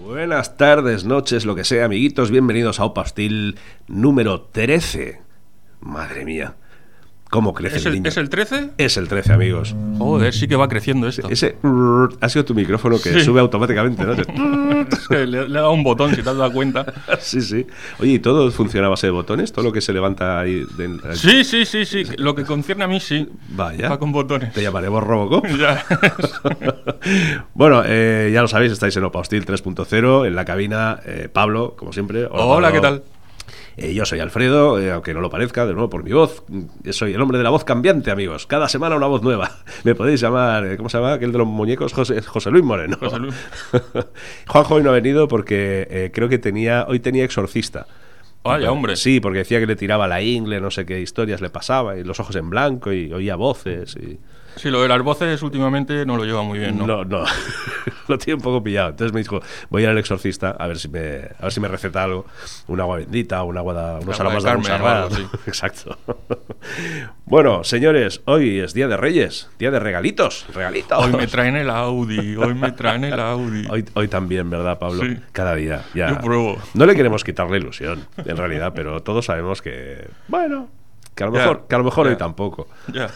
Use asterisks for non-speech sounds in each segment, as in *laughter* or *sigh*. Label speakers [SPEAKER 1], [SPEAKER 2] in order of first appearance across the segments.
[SPEAKER 1] Buenas tardes, noches, lo que sea, amiguitos. Bienvenidos a Opa Hostil número 13. Madre mía. ¿Cómo crece
[SPEAKER 2] ¿Es
[SPEAKER 1] el,
[SPEAKER 2] el,
[SPEAKER 1] niño?
[SPEAKER 2] ¿Es el 13?
[SPEAKER 1] Es el 13, amigos.
[SPEAKER 2] Joder, sí que va creciendo esto.
[SPEAKER 1] Ese rrr ha sido tu micrófono que
[SPEAKER 2] Sí.
[SPEAKER 1] sube automáticamente,
[SPEAKER 2] *laughs*
[SPEAKER 1] ¿no?
[SPEAKER 2] le, le he dado un botón, si te has dado cuenta.
[SPEAKER 1] sí, sí. Oye, ¿y todo funciona a base de botones? ¿Todo lo que se levanta ahí? de-
[SPEAKER 2] Sí, sí, sí, sí. Lo que concierne a mí, sí. *laughs*
[SPEAKER 1] Vaya.
[SPEAKER 2] Va con botones.
[SPEAKER 1] Te llamaremos
[SPEAKER 2] *laughs*
[SPEAKER 1] Robocop. *laughs*
[SPEAKER 2] Ya.
[SPEAKER 1] bueno, eh, ya lo sabéis, estáis en Opa Hostil 3.0, en la cabina, eh, Pablo, como siempre.
[SPEAKER 2] Hola,
[SPEAKER 1] Pablo.
[SPEAKER 2] ¿qué tal?
[SPEAKER 1] Eh, yo soy Alfredo, eh, aunque no lo parezca, de nuevo por mi voz. Mm, Soy el hombre de la voz cambiante, amigos. Cada semana una voz nueva. *laughs* Me podéis llamar, eh, ¿cómo se llama? Aquel de los muñecos, José, José Luis Moreno.
[SPEAKER 2] José Luis.
[SPEAKER 1] *laughs* Juanjo hoy no ha venido porque eh, creo que tenía, hoy tenía exorcista.
[SPEAKER 2] Vaya, hombre.
[SPEAKER 1] Sí, porque decía que le tiraba la ingle, no sé qué historias le pasaba, y los ojos en blanco, y oía voces. Y...
[SPEAKER 2] Sí, lo de las voces últimamente no lo lleva muy bien, Eh, ¿no?
[SPEAKER 1] No, no. *laughs* lo tiene un poco pillado. Entonces me dijo, voy a ir al exorcista a ver si me, a ver si me receta algo. Un agua bendita, un agua de, unos
[SPEAKER 2] Agua de
[SPEAKER 1] aromas de
[SPEAKER 2] Carmen o
[SPEAKER 1] Montserrat.
[SPEAKER 2] algo, sí.
[SPEAKER 1] *laughs* Exacto. bueno, señores, hoy es Día de Reyes, Día de regalitos, regalitos.
[SPEAKER 2] Hoy me traen el Audi, hoy me traen el Audi.
[SPEAKER 1] Hoy, hoy también, ¿verdad, Pablo?
[SPEAKER 2] Sí.
[SPEAKER 1] Cada día. Ya.
[SPEAKER 2] Yo pruebo.
[SPEAKER 1] No le queremos quitar la ilusión, en realidad, pero todos sabemos que, bueno, que a lo
[SPEAKER 2] Ya,
[SPEAKER 1] mejor, que a lo mejor
[SPEAKER 2] ya.
[SPEAKER 1] hoy tampoco.
[SPEAKER 2] Ya.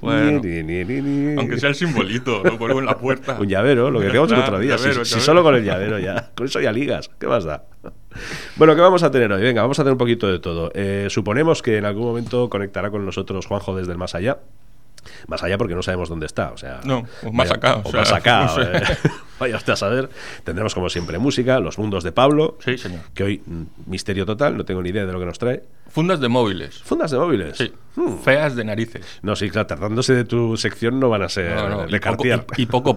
[SPEAKER 2] Bueno.
[SPEAKER 1] Ni, ni, ni, ni, ni.
[SPEAKER 2] Aunque sea el simbolito, lo vuelvo en la puerta.
[SPEAKER 1] Un llavero, lo que decíamos el
[SPEAKER 2] Ya,
[SPEAKER 1] otro día. Si-
[SPEAKER 2] llavero,
[SPEAKER 1] si,
[SPEAKER 2] llavero.
[SPEAKER 1] solo con el llavero ya. *laughs* Con eso ya ligas. ¿Qué más da? Bueno, ¿qué vamos a tener hoy? Venga, vamos a tener un poquito de todo. Eh, suponemos que en algún momento conectará con nosotros Juanjo desde el más allá. Más allá porque no sabemos dónde está. O sea,
[SPEAKER 2] No, o más
[SPEAKER 1] vaya-
[SPEAKER 2] acá, o
[SPEAKER 1] O,
[SPEAKER 2] sea,
[SPEAKER 1] más acá.
[SPEAKER 2] *laughs* no sé.
[SPEAKER 1] eh. *laughs* Vaya usted a saber. Tendremos como siempre música, los mundos de Pablo.
[SPEAKER 2] Sí, señor.
[SPEAKER 1] Que hoy, mm, misterio total, no tengo ni idea de lo que nos trae.
[SPEAKER 2] Fundas de móviles.
[SPEAKER 1] Fundas de móviles.
[SPEAKER 2] Sí.
[SPEAKER 1] Hmm.
[SPEAKER 2] Feas de narices.
[SPEAKER 1] No, sí, claro, tratándose de tu sección no van a ser
[SPEAKER 2] No, no,
[SPEAKER 1] Eh, de
[SPEAKER 2] y, poco,
[SPEAKER 1] Cartier.
[SPEAKER 2] y- y poco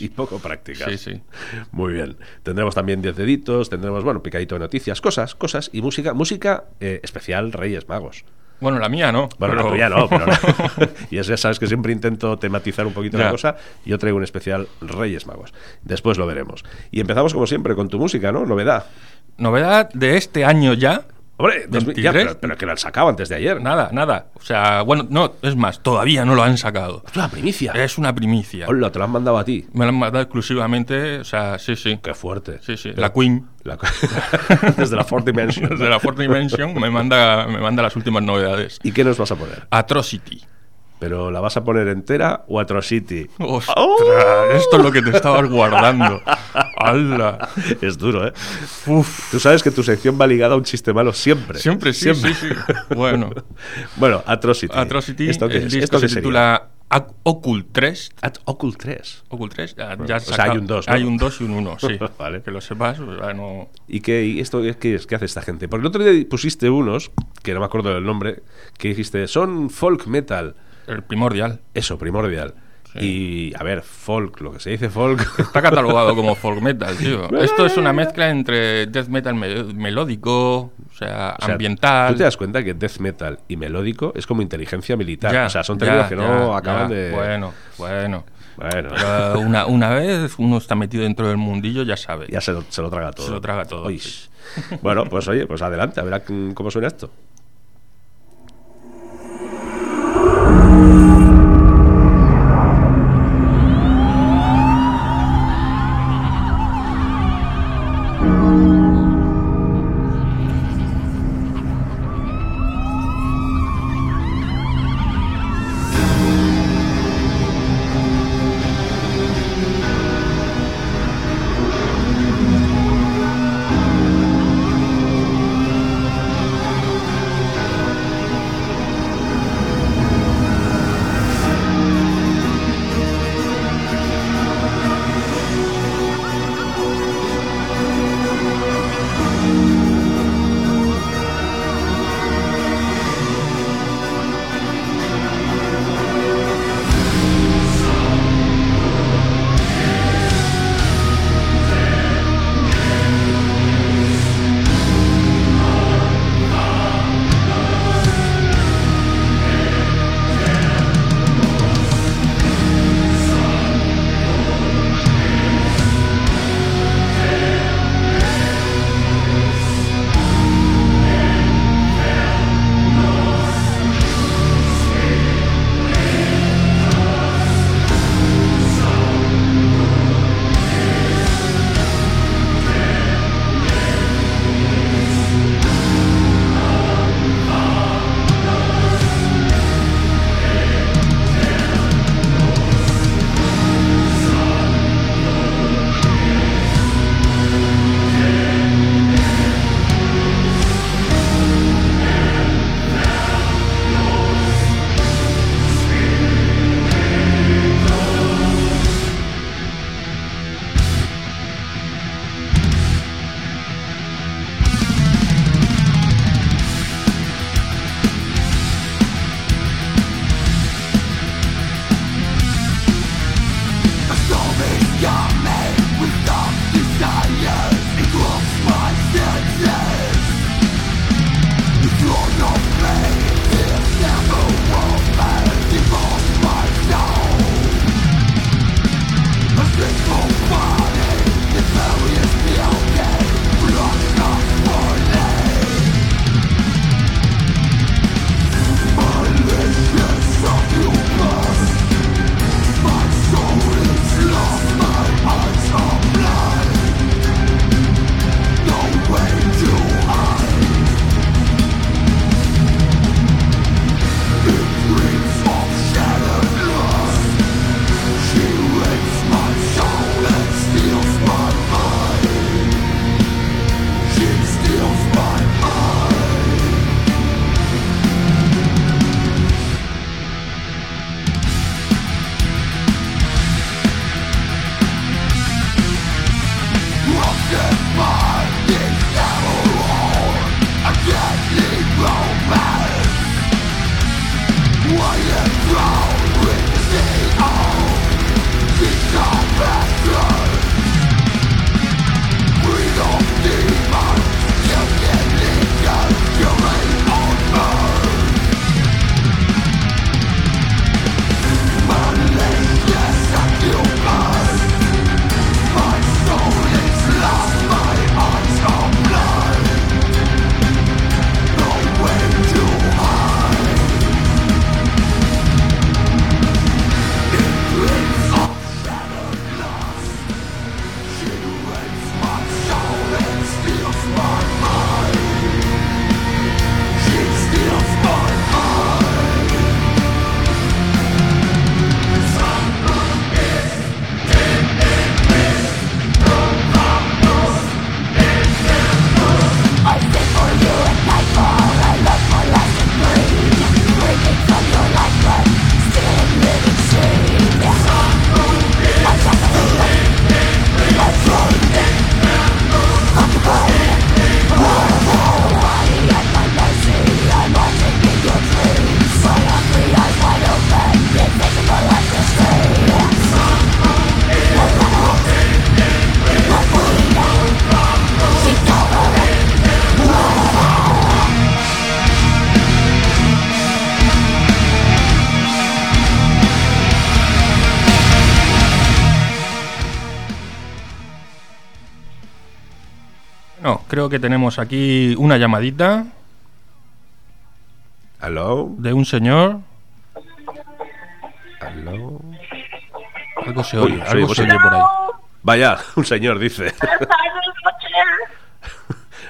[SPEAKER 1] *laughs* Y poco prácticas.
[SPEAKER 2] Sí, sí.
[SPEAKER 1] Muy bien. Tendremos también 10 deditos, tendremos, bueno, picadito de noticias, cosas, cosas y música. Música eh, especial Reyes Magos.
[SPEAKER 2] Bueno, la mía no.
[SPEAKER 1] Bueno, la
[SPEAKER 2] pero-
[SPEAKER 1] tuya no, pero no. y eso ya sabes que siempre intento tematizar un poquito la
[SPEAKER 2] Ya.
[SPEAKER 1] cosa. Yo traigo un especial Reyes Magos. Después lo veremos. Y empezamos, como siempre, con tu música, ¿no? Novedad.
[SPEAKER 2] *laughs* Novedad de este año ya.
[SPEAKER 1] Hombre, 2000 ya,
[SPEAKER 2] 23.
[SPEAKER 1] pero, pero que la han sacado antes de ayer.
[SPEAKER 2] Nada, nada. O sea, bueno, no, es más, todavía no lo han sacado.
[SPEAKER 1] Es una primicia.
[SPEAKER 2] Es una primicia.
[SPEAKER 1] Hola, te lo han mandado a ti.
[SPEAKER 2] Me lo han mandado exclusivamente, o sea, sí, sí.
[SPEAKER 1] Qué fuerte.
[SPEAKER 2] Sí, sí.
[SPEAKER 1] Pero-
[SPEAKER 2] La Queen.
[SPEAKER 1] La- *laughs* Desde la Fourth Dimension.
[SPEAKER 2] *laughs* Desde la Fourth Dimension me manda, me manda las últimas novedades.
[SPEAKER 1] ¿Y qué nos vas a poner?
[SPEAKER 2] Atrocity.
[SPEAKER 1] ¿Pero la vas a poner entera o Atrocity?
[SPEAKER 2] Ostras,
[SPEAKER 1] ¡Oh!
[SPEAKER 2] esto es lo que te estabas guardando. ¡Hala!
[SPEAKER 1] *laughs* Es duro, ¿eh?
[SPEAKER 2] Uf.
[SPEAKER 1] Tú sabes que tu sección va ligada a un chiste malo siempre.
[SPEAKER 2] Siempre, sí, sí, sí. Bueno,
[SPEAKER 1] *laughs* Bueno, Atrocity.
[SPEAKER 2] Atrocity,
[SPEAKER 1] ¿Esto qué
[SPEAKER 2] el
[SPEAKER 1] es?
[SPEAKER 2] disco
[SPEAKER 1] ¿Esto qué
[SPEAKER 2] se
[SPEAKER 1] sería?
[SPEAKER 2] titula Ac- Occult 3.
[SPEAKER 1] At Occult 3.
[SPEAKER 2] Occult 3, ya, ya
[SPEAKER 1] sea,
[SPEAKER 2] saca-
[SPEAKER 1] pues hay un dos, ¿no?
[SPEAKER 2] Hay un 2 y un 1, sí.
[SPEAKER 1] *laughs* Vale.
[SPEAKER 2] Que lo sepas, o sea, no...
[SPEAKER 1] ¿Y qué, y esto qué qué es? ¿Qué hace esta gente? Porque el otro día pusiste unos, que no me acuerdo del nombre, que dijiste, son folk metal.
[SPEAKER 2] El primordial.
[SPEAKER 1] Eso, primordial. Y, a ver, folk, lo que se dice folk. *laughs*
[SPEAKER 2] *laughs* Está catalogado como folk metal, tío. Esto es una mezcla entre death metal me- melódico, o sea,
[SPEAKER 1] O sea,
[SPEAKER 2] ambiental.
[SPEAKER 1] Tú te das cuenta que death metal y melódico es como inteligencia militar.
[SPEAKER 2] Ya,
[SPEAKER 1] o sea, son
[SPEAKER 2] ya,
[SPEAKER 1] términos que no
[SPEAKER 2] ya,
[SPEAKER 1] acaban
[SPEAKER 2] ya.
[SPEAKER 1] de.
[SPEAKER 2] Bueno, bueno.
[SPEAKER 1] Bueno.
[SPEAKER 2] Pero una, una vez uno está metido dentro del mundillo, ya sabe.
[SPEAKER 1] Ya se lo, se lo traga todo.
[SPEAKER 2] Se lo traga todo,
[SPEAKER 1] Uy.
[SPEAKER 2] sí.
[SPEAKER 1] *laughs* Bueno, pues oye, pues adelante, a ver a- cómo suena esto.
[SPEAKER 2] creo que tenemos aquí una llamadita
[SPEAKER 1] ¿Aló?
[SPEAKER 2] de un señor.
[SPEAKER 1] ¿Aló?
[SPEAKER 2] Algo se
[SPEAKER 1] Uy,
[SPEAKER 2] oye,
[SPEAKER 1] sí,
[SPEAKER 2] algo
[SPEAKER 1] pues
[SPEAKER 2] se
[SPEAKER 1] sí.
[SPEAKER 2] oye por ahí.
[SPEAKER 1] Vaya, *laughs* un señor dice.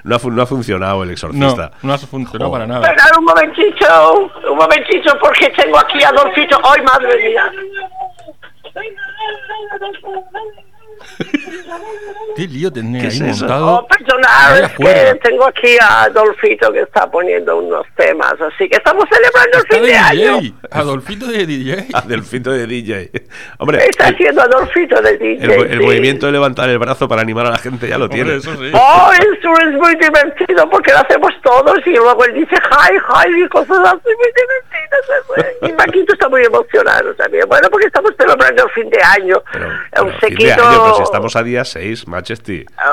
[SPEAKER 1] No ha, fun- no ha funcionado el
[SPEAKER 2] No,
[SPEAKER 1] exorcista.
[SPEAKER 2] no ha funcionado para
[SPEAKER 1] Joder.
[SPEAKER 2] nada.
[SPEAKER 3] Esperad un momentito, un momentito, porque tengo aquí a Adolfito. ¡Ay, madre mía!
[SPEAKER 2] ¿Qué lío tenía
[SPEAKER 1] ¿Qué
[SPEAKER 2] ahí
[SPEAKER 1] es eso?
[SPEAKER 2] montado?
[SPEAKER 3] Oh, perdonad,
[SPEAKER 2] Vaya
[SPEAKER 3] es que
[SPEAKER 2] cuerda.
[SPEAKER 3] tengo aquí a Adolfito que está poniendo unos temas, así que estamos celebrando el
[SPEAKER 2] Está
[SPEAKER 3] fin
[SPEAKER 2] de
[SPEAKER 3] de año.
[SPEAKER 2] DJ, Adolfito de DJ.
[SPEAKER 1] Ah, *laughs* del fito de DJ. *laughs* Hombre,
[SPEAKER 3] ¿Qué está
[SPEAKER 1] el,
[SPEAKER 3] haciendo Adolfito de DJ?
[SPEAKER 1] el mo- el
[SPEAKER 3] Sí.
[SPEAKER 1] movimiento de levantar el brazo para animar a la gente ya lo
[SPEAKER 2] Hombre,
[SPEAKER 1] tiene.
[SPEAKER 2] eso sí.
[SPEAKER 3] Oh, eso es muy divertido porque lo hacemos todos y luego él dice hi, hi y cosas así muy divertidas.
[SPEAKER 1] *laughs*
[SPEAKER 3] es muy- Y Paquito está muy emocionado también. Bueno, porque estamos celebrando el fin de año.
[SPEAKER 1] Pero,
[SPEAKER 3] un
[SPEAKER 1] pero, fin de
[SPEAKER 3] sequito.
[SPEAKER 1] año, pero si estamos a día 6, Manchester.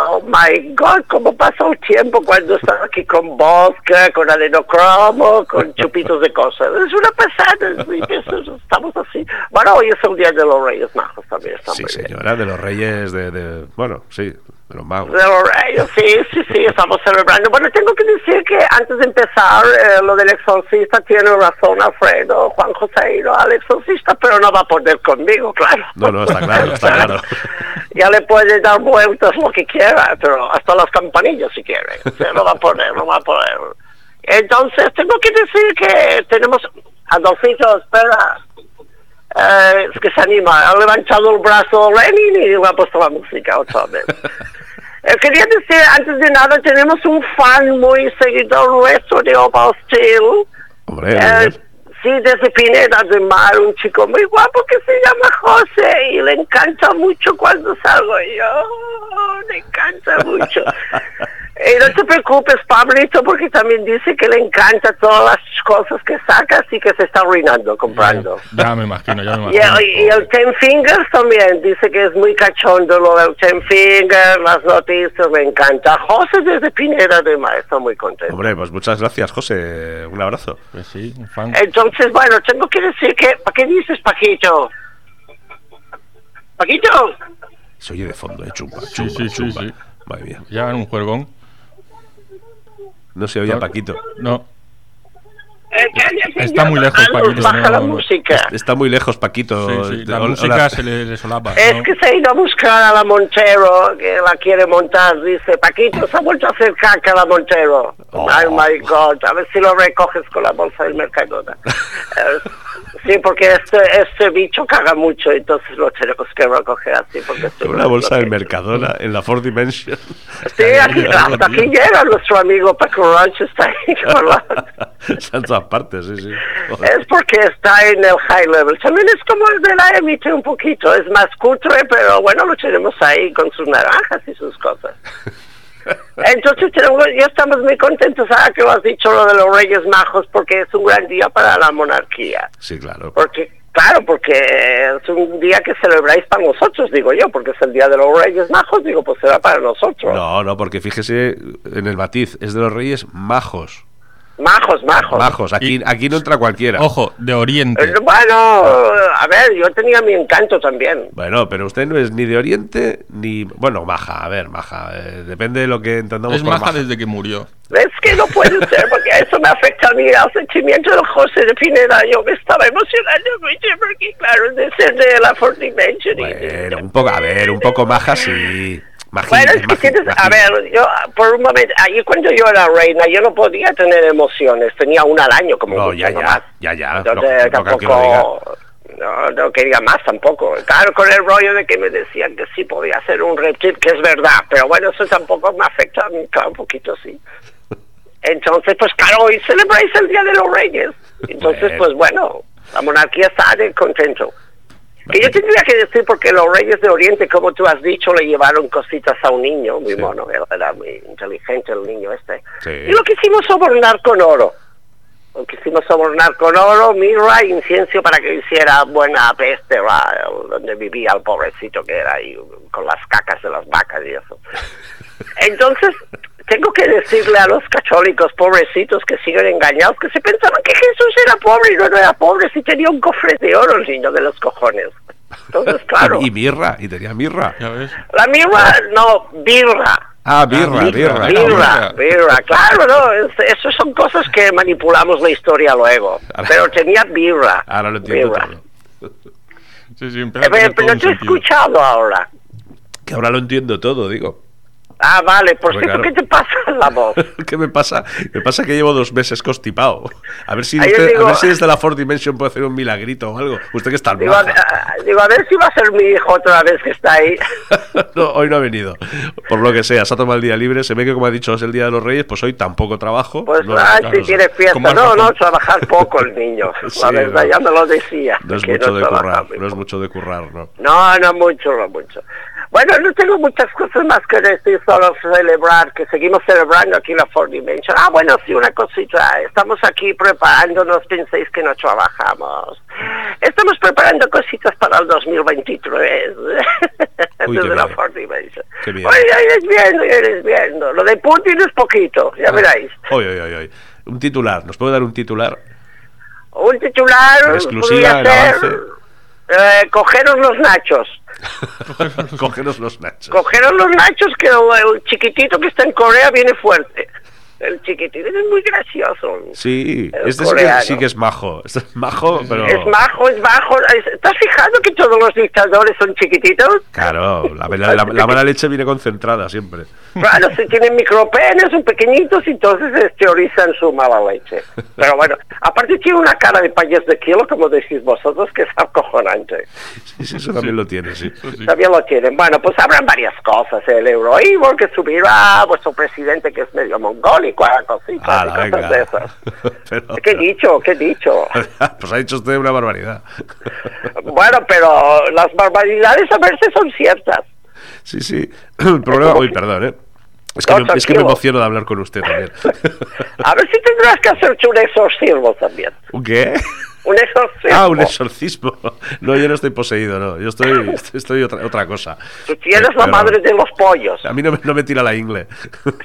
[SPEAKER 3] Oh my god, cómo pasa el tiempo cuando estás aquí con vodka, con adenocromo, con chupitos de cosas. Es una pasada, es muy- es- estamos así. Bueno, hoy es el día de los Reyes Majos también. está
[SPEAKER 1] Sí,
[SPEAKER 3] muy bien.
[SPEAKER 1] señora, de los reyes, de, de- Bueno, sí, de los magos.
[SPEAKER 3] De los reyes, sí, sí, sí, estamos celebrando. Bueno, tengo que decir que antes de empezar, eh, lo del exorcista tiene razón Alfredo, Juan José no al exorcista, pero no va a poder conmigo, claro.
[SPEAKER 1] No, no, está claro,
[SPEAKER 3] *laughs*
[SPEAKER 1] está claro.
[SPEAKER 3] Ya le puede dar vueltas lo que quiera, pero hasta las campanillas si quiere. Se lo va a poner, no va a poner. Entonces, tengo que decir que tenemos... Adolfito, espera. Eh, es que se anima. Ha levantado el brazo Lenin y le ha puesto la música otra
[SPEAKER 1] *laughs*
[SPEAKER 3] vez. Eh, quería decir, antes de nada, tenemos un fan muy seguidor nuestro de Opal Steel.
[SPEAKER 1] Hombre,
[SPEAKER 3] Eh,
[SPEAKER 1] muy bien.
[SPEAKER 3] sí, desde Pineda de Mar, un chico muy guapo que se llama José y le encanta mucho cuando salgo yo. Le encanta mucho. Eh, no te preocupes, Pablito, porque también dice que le encanta todas las cosas que sacas y que se está arruinando comprando.
[SPEAKER 2] Ya me imagino, ya me
[SPEAKER 3] Y
[SPEAKER 2] imagino.
[SPEAKER 3] el, y el Ten Fingers también, dice que es muy cachondo lo del Ten Fingers, las noticias, me encanta. José desde Pineda de Mar, está muy contento.
[SPEAKER 1] Hombre, pues muchas gracias, José. Un abrazo.
[SPEAKER 2] Pues sí, un fan.
[SPEAKER 3] Entonces, bueno, tengo que decir que... ¿Para qué dices, Paquito? Paquito,
[SPEAKER 1] Se oye de fondo, eh, chumba, chumba,
[SPEAKER 2] sí, sí,
[SPEAKER 1] chumba.
[SPEAKER 2] sí.
[SPEAKER 1] Madre mía.
[SPEAKER 2] Ya en un juergón.
[SPEAKER 1] No se oye a
[SPEAKER 2] No.
[SPEAKER 1] Paquito.
[SPEAKER 2] No.
[SPEAKER 3] eh, cállate
[SPEAKER 2] Está
[SPEAKER 3] ya,
[SPEAKER 2] muy lejos,
[SPEAKER 3] Carlos,
[SPEAKER 2] Paquito,
[SPEAKER 3] Baja
[SPEAKER 2] no,
[SPEAKER 3] la
[SPEAKER 2] no. este,
[SPEAKER 3] música.
[SPEAKER 1] Está muy lejos, Paquito.
[SPEAKER 2] Sí, sí, la
[SPEAKER 1] Oh, Hola-
[SPEAKER 2] música
[SPEAKER 1] hola.
[SPEAKER 2] se le, le solapa.
[SPEAKER 3] Es
[SPEAKER 2] ¿no?
[SPEAKER 3] que se ha ido a buscar a la Montero, que la quiere montar, dice Paquito, se ha vuelto a hacer caca la Montero.
[SPEAKER 1] Oh.
[SPEAKER 3] Ay, my God, a ver si lo recoges con la bolsa
[SPEAKER 2] *laughs*
[SPEAKER 3] del Mercadona. Eh, sí, porque este, este bicho caga mucho, entonces lo tenemos que recoger así. Porque
[SPEAKER 1] Con una bolsa del
[SPEAKER 3] mercado
[SPEAKER 1] Mercadona en la Four Dimension.
[SPEAKER 3] *laughs* Sí, aquí, hasta aquí llega nuestro amigo Paco Rancho, está ahí con
[SPEAKER 1] *laughs*
[SPEAKER 3] la-
[SPEAKER 1] Está en todas partes, sí, sí. Joder.
[SPEAKER 3] Es porque está en el high level. También es como el de la emite un poquito, es más cutre, pero bueno, lo tenemos ahí con sus naranjas y sus cosas. Entonces tenemos, ya estamos muy contentos ahora que lo has dicho lo de los Reyes Majos, porque es un gran día para la monarquía.
[SPEAKER 1] Sí, claro.
[SPEAKER 3] Porque, claro, porque es un día que celebráis para nosotros, digo yo, porque es el día de los Reyes Majos, digo, pues será para nosotros.
[SPEAKER 1] No, no, porque fíjese en el matiz. Es de los Reyes majos.
[SPEAKER 3] Majos, majos.
[SPEAKER 1] Majos. Aquí,
[SPEAKER 2] Y-
[SPEAKER 1] aquí no entra cualquiera.
[SPEAKER 2] Ojo, de
[SPEAKER 1] *laughs*
[SPEAKER 2] Oriente.
[SPEAKER 3] Eh, Bueno, a ver, yo tenía mi encanto también.
[SPEAKER 1] Bueno, pero usted no es ni de Oriente ni. Bueno, maja, a ver, maja. eh, depende de lo que entendamos
[SPEAKER 2] Es
[SPEAKER 1] por
[SPEAKER 2] maja desde que murió.
[SPEAKER 3] Es que no puede ser, porque eso me afecta a mí, al sentimiento del José de Pineda. Yo me estaba emocionando mucho, porque claro, de ser de la Four Dimension. y-
[SPEAKER 1] Bueno, un poco, a ver, un poco maja sí. Majín,
[SPEAKER 3] Bueno, es que
[SPEAKER 1] majín,
[SPEAKER 3] tienes, a
[SPEAKER 1] majín.
[SPEAKER 3] ver, yo por un momento, ahí cuando yo era reina, yo no podía tener emociones, tenía una al año como
[SPEAKER 1] No,
[SPEAKER 3] mucho,
[SPEAKER 1] ya,
[SPEAKER 3] no
[SPEAKER 1] ya,
[SPEAKER 3] más.
[SPEAKER 1] ya, ya. Lo-
[SPEAKER 3] Entonces
[SPEAKER 1] lo que quiero
[SPEAKER 3] tampoco, no, no quería más tampoco. Claro, con el rollo de que me decían que sí podía ser un reptil, que es verdad, pero bueno, eso tampoco me afecta a mí, claro, un poquito sí. Entonces, pues claro, hoy celebráis el Día de los Reyes. Entonces,
[SPEAKER 1] Bueno.
[SPEAKER 3] pues bueno, la monarquía está de contento. Que yo tendría que decir porque los reyes de Oriente, como tú has dicho, le llevaron cositas a un niño, muy
[SPEAKER 1] Sí.
[SPEAKER 3] mono, era, era muy inteligente el niño este.
[SPEAKER 1] Sí.
[SPEAKER 3] Y lo quisimos sobornar con oro. Lo quisimos sobornar con oro, mirra, incienso para que hiciera buena peste, ¿verdad? donde vivía el pobrecito que era ahí, con las cacas de las vacas y eso. Entonces, tengo que decirle a los católicos pobrecitos que siguen engañados que se pensaban que Jesús era pobre y no, no era pobre, si tenía un cofre de oro el niño de los cojones.
[SPEAKER 1] Ah, *laughs*
[SPEAKER 3] Entonces, claro,
[SPEAKER 1] Y, y mirra, y tenía mirra.
[SPEAKER 2] Ya ves.
[SPEAKER 3] la misma, no, birra.
[SPEAKER 1] Ah, birra,
[SPEAKER 2] Ah,
[SPEAKER 1] birra.
[SPEAKER 2] birra.
[SPEAKER 1] cabrón.
[SPEAKER 2] Birra.
[SPEAKER 3] Mira, mira, claro, no, es- eso son cosas que manipulamos la historia luego. Pero tenía birra.
[SPEAKER 1] Ahora lo entiendo
[SPEAKER 3] birra.
[SPEAKER 1] todo.
[SPEAKER 2] Sí, sí, empieza
[SPEAKER 3] Eh,
[SPEAKER 2] a tener
[SPEAKER 3] pero- pero
[SPEAKER 2] todo
[SPEAKER 3] no te he
[SPEAKER 2] un sentido.
[SPEAKER 3] escuchado ahora.
[SPEAKER 1] Que ahora lo entiendo todo, digo.
[SPEAKER 3] Ah, vale, por
[SPEAKER 1] Hombre,
[SPEAKER 3] cierto,
[SPEAKER 1] claro.
[SPEAKER 3] ¿qué te pasa en
[SPEAKER 1] *laughs*
[SPEAKER 3] la voz?
[SPEAKER 1] ¿Qué me pasa? Me pasa que llevo dos meses constipado. A ver si,
[SPEAKER 3] Ahí
[SPEAKER 1] usted-
[SPEAKER 3] os digo-
[SPEAKER 1] a ver si desde la Fourth Dimension puede hacer un milagrito o algo. Usted que está al
[SPEAKER 3] Digo a,
[SPEAKER 1] mazo.
[SPEAKER 3] a- digo, a ver si va a ser mi hijo otra vez que está ahí.
[SPEAKER 1] *laughs* No, hoy no ha venido. Por lo que sea, se ha tomado el día libre. Se ve que, como ha dicho, es el Día de los Reyes. Pues hoy tampoco trabajo.
[SPEAKER 3] Pues,
[SPEAKER 1] No,
[SPEAKER 3] ay,
[SPEAKER 1] claro,
[SPEAKER 3] si tiene fiesta.
[SPEAKER 2] como al
[SPEAKER 3] No, no,
[SPEAKER 2] Japón.
[SPEAKER 1] *laughs*
[SPEAKER 3] trabajar poco el niño.
[SPEAKER 1] Sí,
[SPEAKER 3] la verdad,
[SPEAKER 1] no.
[SPEAKER 3] ya me lo decía.
[SPEAKER 1] no es
[SPEAKER 3] que
[SPEAKER 1] mucho de
[SPEAKER 3] trabaja
[SPEAKER 1] currar.
[SPEAKER 3] muy
[SPEAKER 1] No es
[SPEAKER 3] poco.
[SPEAKER 1] mucho de currar, no.
[SPEAKER 3] No, no mucho, no mucho. Bueno, no tengo muchas cosas más que decir, solo celebrar, que seguimos celebrando aquí la Four Dimension. Ah, bueno, sí, una cosita. Estamos aquí preparándonos, penséis que no trabajamos. Estamos preparando cositas para el *laughs* 2023.
[SPEAKER 1] Uy, qué
[SPEAKER 3] Desde la
[SPEAKER 1] miedo.
[SPEAKER 3] Four Dimension.
[SPEAKER 1] Qué miedo.
[SPEAKER 3] Oye, ya iréis viendo, ya iréis viendo. Lo de Putin es poquito,
[SPEAKER 1] Ah.
[SPEAKER 3] ya veréis.
[SPEAKER 1] Hoy, hoy, hoy, hoy. Un titular. ¿Nos puede dar un titular?
[SPEAKER 3] Un titular
[SPEAKER 1] Exclusiva,
[SPEAKER 3] podría
[SPEAKER 1] el
[SPEAKER 3] ser...
[SPEAKER 1] avance.
[SPEAKER 3] eh, cogeros los nachos.
[SPEAKER 1] Cógenos los nachos.
[SPEAKER 3] Cogeron los nachos que el, el chiquitito que está en Corea viene fuerte. El chiquitito es muy gracioso.
[SPEAKER 1] Sí,
[SPEAKER 3] El
[SPEAKER 1] este sí que,
[SPEAKER 3] coreano.
[SPEAKER 1] sí que es majo. Este es majo, pero.
[SPEAKER 3] Es majo, es bajo. es- ¿Estás fijando que todos los dictadores son chiquititos?
[SPEAKER 1] Claro, la, la- la- la mala leche viene concentrada siempre.
[SPEAKER 3] Claro, si tienen micropenes, son pequeñitos, y entonces eh, teorizan su mala leche. Pero bueno, aparte tiene una cara de payés de kilo, como decís vosotros, que es acojonante.
[SPEAKER 1] Sí, sí, eso también lo tiene,
[SPEAKER 3] *laughs*
[SPEAKER 1] sí.
[SPEAKER 2] *laughs* Eso sí.
[SPEAKER 3] También lo tienen. Bueno, pues habrán varias cosas. El Euroevil que subirá, vuestro presidente que es medio mongólico, cositas
[SPEAKER 1] Ah,
[SPEAKER 3] y
[SPEAKER 1] la
[SPEAKER 3] cosas
[SPEAKER 1] venga.
[SPEAKER 3] de esas.
[SPEAKER 1] *laughs* Pero-
[SPEAKER 3] ¿Qué he dicho? ¿Qué he dicho?
[SPEAKER 1] *laughs* Pues ha dicho usted una
[SPEAKER 3] *laughs*
[SPEAKER 1] barbaridad.
[SPEAKER 3] Bueno, pero las barbaridades a veces son ciertas.
[SPEAKER 1] Sí, sí. El problema.
[SPEAKER 3] como
[SPEAKER 1] Uy,
[SPEAKER 3] que-
[SPEAKER 1] perdón, ¿eh? Es que, me,
[SPEAKER 3] No,
[SPEAKER 1] es que me
[SPEAKER 3] tranquilo. Ah.
[SPEAKER 1] emociono de hablar con usted también.
[SPEAKER 3] *laughs* A ver si tendrás que hacerte un exorcismo también.
[SPEAKER 1] *laughs* ¿Un qué?
[SPEAKER 3] Un *laughs* exorcismo.
[SPEAKER 1] Ah, un exorcismo. *laughs* No, yo no estoy poseído, no. Yo
[SPEAKER 3] *laughs*
[SPEAKER 1] estoy, estoy otra, otra cosa.
[SPEAKER 3] Tú tienes
[SPEAKER 1] Eh,
[SPEAKER 3] la
[SPEAKER 1] pero
[SPEAKER 3] madre de los pollos. *laughs*
[SPEAKER 1] A mí no me, no me tira la ingle.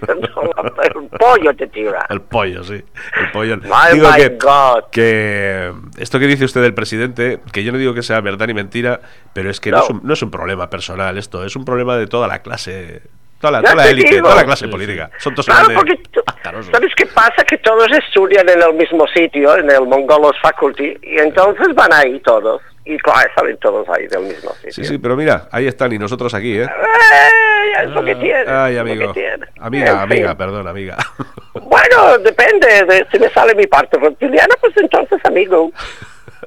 [SPEAKER 1] *laughs*
[SPEAKER 3] El pollo te tira.
[SPEAKER 1] El pollo, sí. El pollo.
[SPEAKER 3] My,
[SPEAKER 1] Digo
[SPEAKER 3] my
[SPEAKER 1] que,
[SPEAKER 3] God.
[SPEAKER 1] que esto que dice usted del presidente, que yo no digo que sea verdad ni mentira, pero es que no,
[SPEAKER 3] No.
[SPEAKER 1] es, un, no es un problema personal esto, es un problema de toda la clase. Toda la,
[SPEAKER 3] Ya
[SPEAKER 1] toda la
[SPEAKER 3] te
[SPEAKER 1] élite,
[SPEAKER 3] digo.
[SPEAKER 1] toda la clase
[SPEAKER 2] Sí, sí.
[SPEAKER 1] política. Son todos
[SPEAKER 3] Claro,
[SPEAKER 1] igual de
[SPEAKER 3] porque tú-
[SPEAKER 1] pájaros.
[SPEAKER 3] ¿sabes qué pasa? Que todos estudian en el mismo sitio, en el Mongolos Faculty, y entonces van ahí todos. Y claro, salen todos ahí del mismo sitio.
[SPEAKER 1] Sí, sí, pero mira, ahí están y nosotros aquí, ¿eh?
[SPEAKER 3] Ay, es lo que tiene.
[SPEAKER 1] Ah, Ay,
[SPEAKER 3] es lo
[SPEAKER 1] amigo.
[SPEAKER 3] que tiene.
[SPEAKER 1] Amiga,
[SPEAKER 3] En fin.
[SPEAKER 1] amiga, perdón, amiga.
[SPEAKER 3] Bueno, depende. De, si me sale mi parte reptiliana, pues entonces
[SPEAKER 1] *laughs*
[SPEAKER 3] amigo.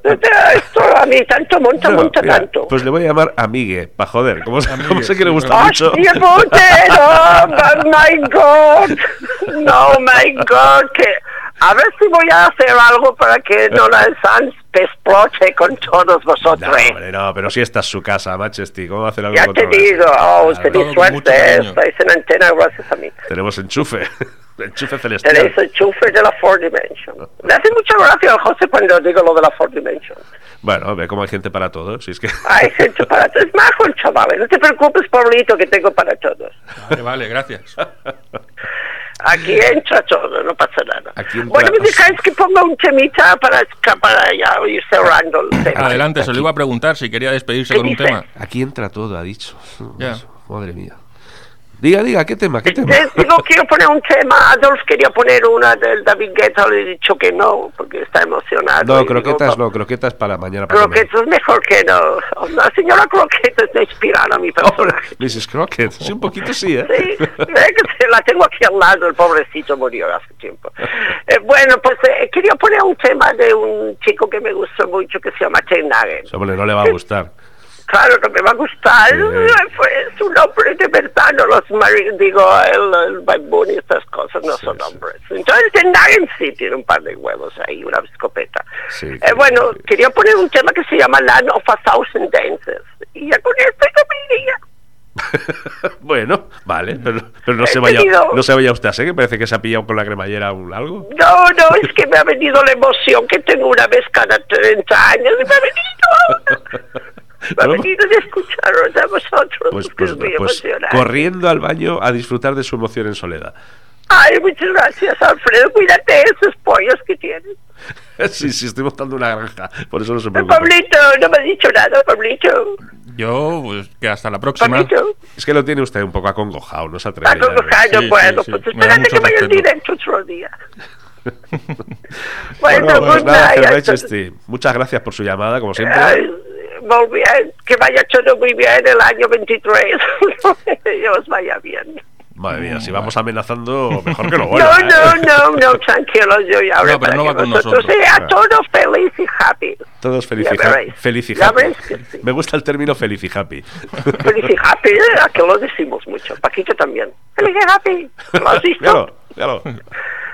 [SPEAKER 3] Este- Esto a mí tanto monta,
[SPEAKER 1] No,
[SPEAKER 3] monta
[SPEAKER 1] mira,
[SPEAKER 3] tanto.
[SPEAKER 1] Pues le voy a llamar amigue, pa' joder. ¿Cómo, se-
[SPEAKER 2] Amigue,
[SPEAKER 1] cómo sé que le
[SPEAKER 2] sí,
[SPEAKER 1] gusta mucho?
[SPEAKER 3] ¡Hostia, putero! ¡Oh, my God! ¡No, my God! Que a ver si voy a hacer algo para que Donald Sanz desproche con
[SPEAKER 1] *laughs*
[SPEAKER 3] todos
[SPEAKER 1] No,
[SPEAKER 3] vosotros.
[SPEAKER 1] hombre, no, pero si esta es su casa, Manchester, ¿cómo va a hacer algo
[SPEAKER 3] ya te
[SPEAKER 1] contra-
[SPEAKER 3] digo, oh,
[SPEAKER 1] Claro,
[SPEAKER 3] tenéis
[SPEAKER 2] todo con mucho
[SPEAKER 3] suerte,
[SPEAKER 2] cariño.
[SPEAKER 3] estáis en antena gracias a mí.
[SPEAKER 1] Tenemos enchufe, *laughs* enchufe celestial.
[SPEAKER 3] Tenéis el chufe de la Four Dimension. Le hace mucha gracia al José cuando digo lo de la Four Dimension.
[SPEAKER 1] Bueno, ve cómo hay gente para todo, si es que...
[SPEAKER 3] Ay, gente, para todos. Es majo el chaval. No te preocupes, Pablito, que tengo para todos.
[SPEAKER 2] Vale, vale, gracias.
[SPEAKER 3] Aquí entra todo, no pasa nada.
[SPEAKER 1] Aquí entra-
[SPEAKER 3] Bueno, me dejáis que ponga un temita para, para ya ir cerrando el tema.
[SPEAKER 2] Adelante, se lo iba a preguntar si quería despedirse
[SPEAKER 3] ¿Qué
[SPEAKER 2] con un
[SPEAKER 3] dice?
[SPEAKER 2] tema.
[SPEAKER 1] *laughs* Aquí entra todo, ha dicho.
[SPEAKER 2] Ya.
[SPEAKER 1] Madre mía. Diga, diga, ¿qué tema? ¿Qué
[SPEAKER 3] Te-
[SPEAKER 1] tema?
[SPEAKER 3] te digo, quiero poner un tema. Adolf quería poner una del David Guetta, le he dicho que no, porque está emocionado.
[SPEAKER 1] *laughs* No,
[SPEAKER 3] *laughs* Y
[SPEAKER 1] croquetas
[SPEAKER 3] digo,
[SPEAKER 1] no, croquetas para mañana. Para comer.
[SPEAKER 3] Croquetas es mejor que no. La señora Croquetas me inspiraron a mi
[SPEAKER 1] Hombre,
[SPEAKER 3] personaje.
[SPEAKER 1] *laughs* Mrs. Crockett, sí, un poquito sí, ¿eh?
[SPEAKER 3] Sí, ve que se la tengo aquí al lado, el pobrecito murió hace tiempo. Eh, bueno, pues eh, quería poner un tema de un chico que me gusta mucho que se llama Ted
[SPEAKER 1] *laughs*
[SPEAKER 3] Nugent.
[SPEAKER 1] Hombre, no le va a gustar.
[SPEAKER 3] Claro que me va a gustar,
[SPEAKER 1] Sí.
[SPEAKER 3] fue su nombre de verdad, no los mari- digo, el, el Bad Bunny, estas cosas no son
[SPEAKER 1] sí.
[SPEAKER 3] nombres. Entonces Ted Nugent sí tiene un par de huevos ahí, una escopeta.
[SPEAKER 1] Sí,
[SPEAKER 3] Eh,
[SPEAKER 1] claro,
[SPEAKER 3] bueno,
[SPEAKER 1] sí.
[SPEAKER 3] quería poner un tema que se llama Land of a Thousand Dances. Y ya con esto yo me iría.
[SPEAKER 1] *laughs* bueno, vale, pero, pero no,
[SPEAKER 3] He
[SPEAKER 1] se vaya,
[SPEAKER 3] tenido-
[SPEAKER 1] no se vaya usted, ¿eh? Que parece que se ha pillado con la cremallera un
[SPEAKER 3] *laughs*
[SPEAKER 1] algo.
[SPEAKER 3] No, no, es que me ha venido la emoción que tengo una vez cada 30 años. Me ha venido
[SPEAKER 1] *laughs*
[SPEAKER 3] ahora. Me ha
[SPEAKER 1] No,
[SPEAKER 3] venido de escucharos a vosotros.
[SPEAKER 1] Pues,
[SPEAKER 3] que
[SPEAKER 1] pues,
[SPEAKER 3] es muy
[SPEAKER 1] pues
[SPEAKER 3] emocionante.
[SPEAKER 1] corriendo al baño a disfrutar de su emoción en soledad. *laughs*
[SPEAKER 3] Ay, muchas gracias, Alfredo. Cuídate de esos pollos que tienes.
[SPEAKER 1] sí, sí, estoy montando una granja, por eso no se
[SPEAKER 3] Eh,
[SPEAKER 1] preocupe.
[SPEAKER 3] Pablito, no me has dicho nada, Pablito.
[SPEAKER 2] Yo, pues, que hasta la próxima.
[SPEAKER 3] Paquito,
[SPEAKER 1] Es que lo tiene usted un poco acongojado, no se atreve.
[SPEAKER 3] está con
[SPEAKER 1] ya,
[SPEAKER 3] yo
[SPEAKER 2] sí,
[SPEAKER 3] puedo.
[SPEAKER 2] sí.
[SPEAKER 3] Pues
[SPEAKER 2] Me da
[SPEAKER 3] espérate
[SPEAKER 2] mucho
[SPEAKER 3] que vaya el
[SPEAKER 2] respeto.
[SPEAKER 3] directo
[SPEAKER 2] *laughs*
[SPEAKER 3] otro día. bueno,
[SPEAKER 1] Bueno, pues
[SPEAKER 3] good
[SPEAKER 1] nada,
[SPEAKER 3] night.
[SPEAKER 1] Sir Manchester, muchas gracias por su llamada, como siempre.
[SPEAKER 3] Ay, muy bien, que vaya todo muy bien el año 23. *laughs* que os vaya bien.
[SPEAKER 1] Madre mía, si vamos amenazando, mejor que lo bueno.
[SPEAKER 3] *laughs* No,
[SPEAKER 1] ¿eh?
[SPEAKER 3] no, no, no, tranquilo, yo ya
[SPEAKER 2] No, pero no va con nosotros. Ah.
[SPEAKER 3] sea
[SPEAKER 1] Claro.
[SPEAKER 3] todo feliz y happy.
[SPEAKER 1] Todos feliz y,
[SPEAKER 3] Ya
[SPEAKER 1] ha-
[SPEAKER 3] veréis.
[SPEAKER 1] feliz y
[SPEAKER 3] Ya
[SPEAKER 1] happy.
[SPEAKER 3] veréis que sí.
[SPEAKER 1] *laughs* Me gusta el término feliz y happy.
[SPEAKER 3] Feliz y happy, ¿eh? a que lo decimos mucho. Paquito también. Feliz y happy. ¿Lo has visto?
[SPEAKER 1] *laughs* Míralo, míralo.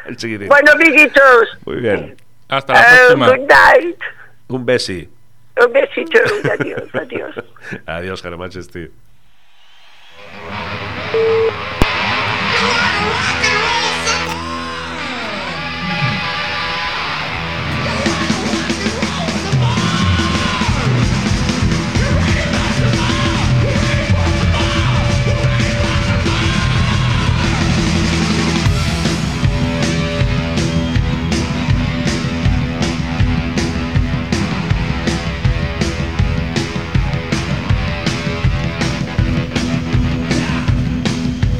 [SPEAKER 1] El chiquitín.
[SPEAKER 3] Bueno, amiguitos,
[SPEAKER 1] Muy bien.
[SPEAKER 2] Hasta la
[SPEAKER 3] eh,
[SPEAKER 2] próxima.
[SPEAKER 3] good night.
[SPEAKER 1] Un besi.
[SPEAKER 3] Un besito. Adiós, adiós.
[SPEAKER 1] *laughs* Adiós, Germán Chesty.
[SPEAKER 4] Thank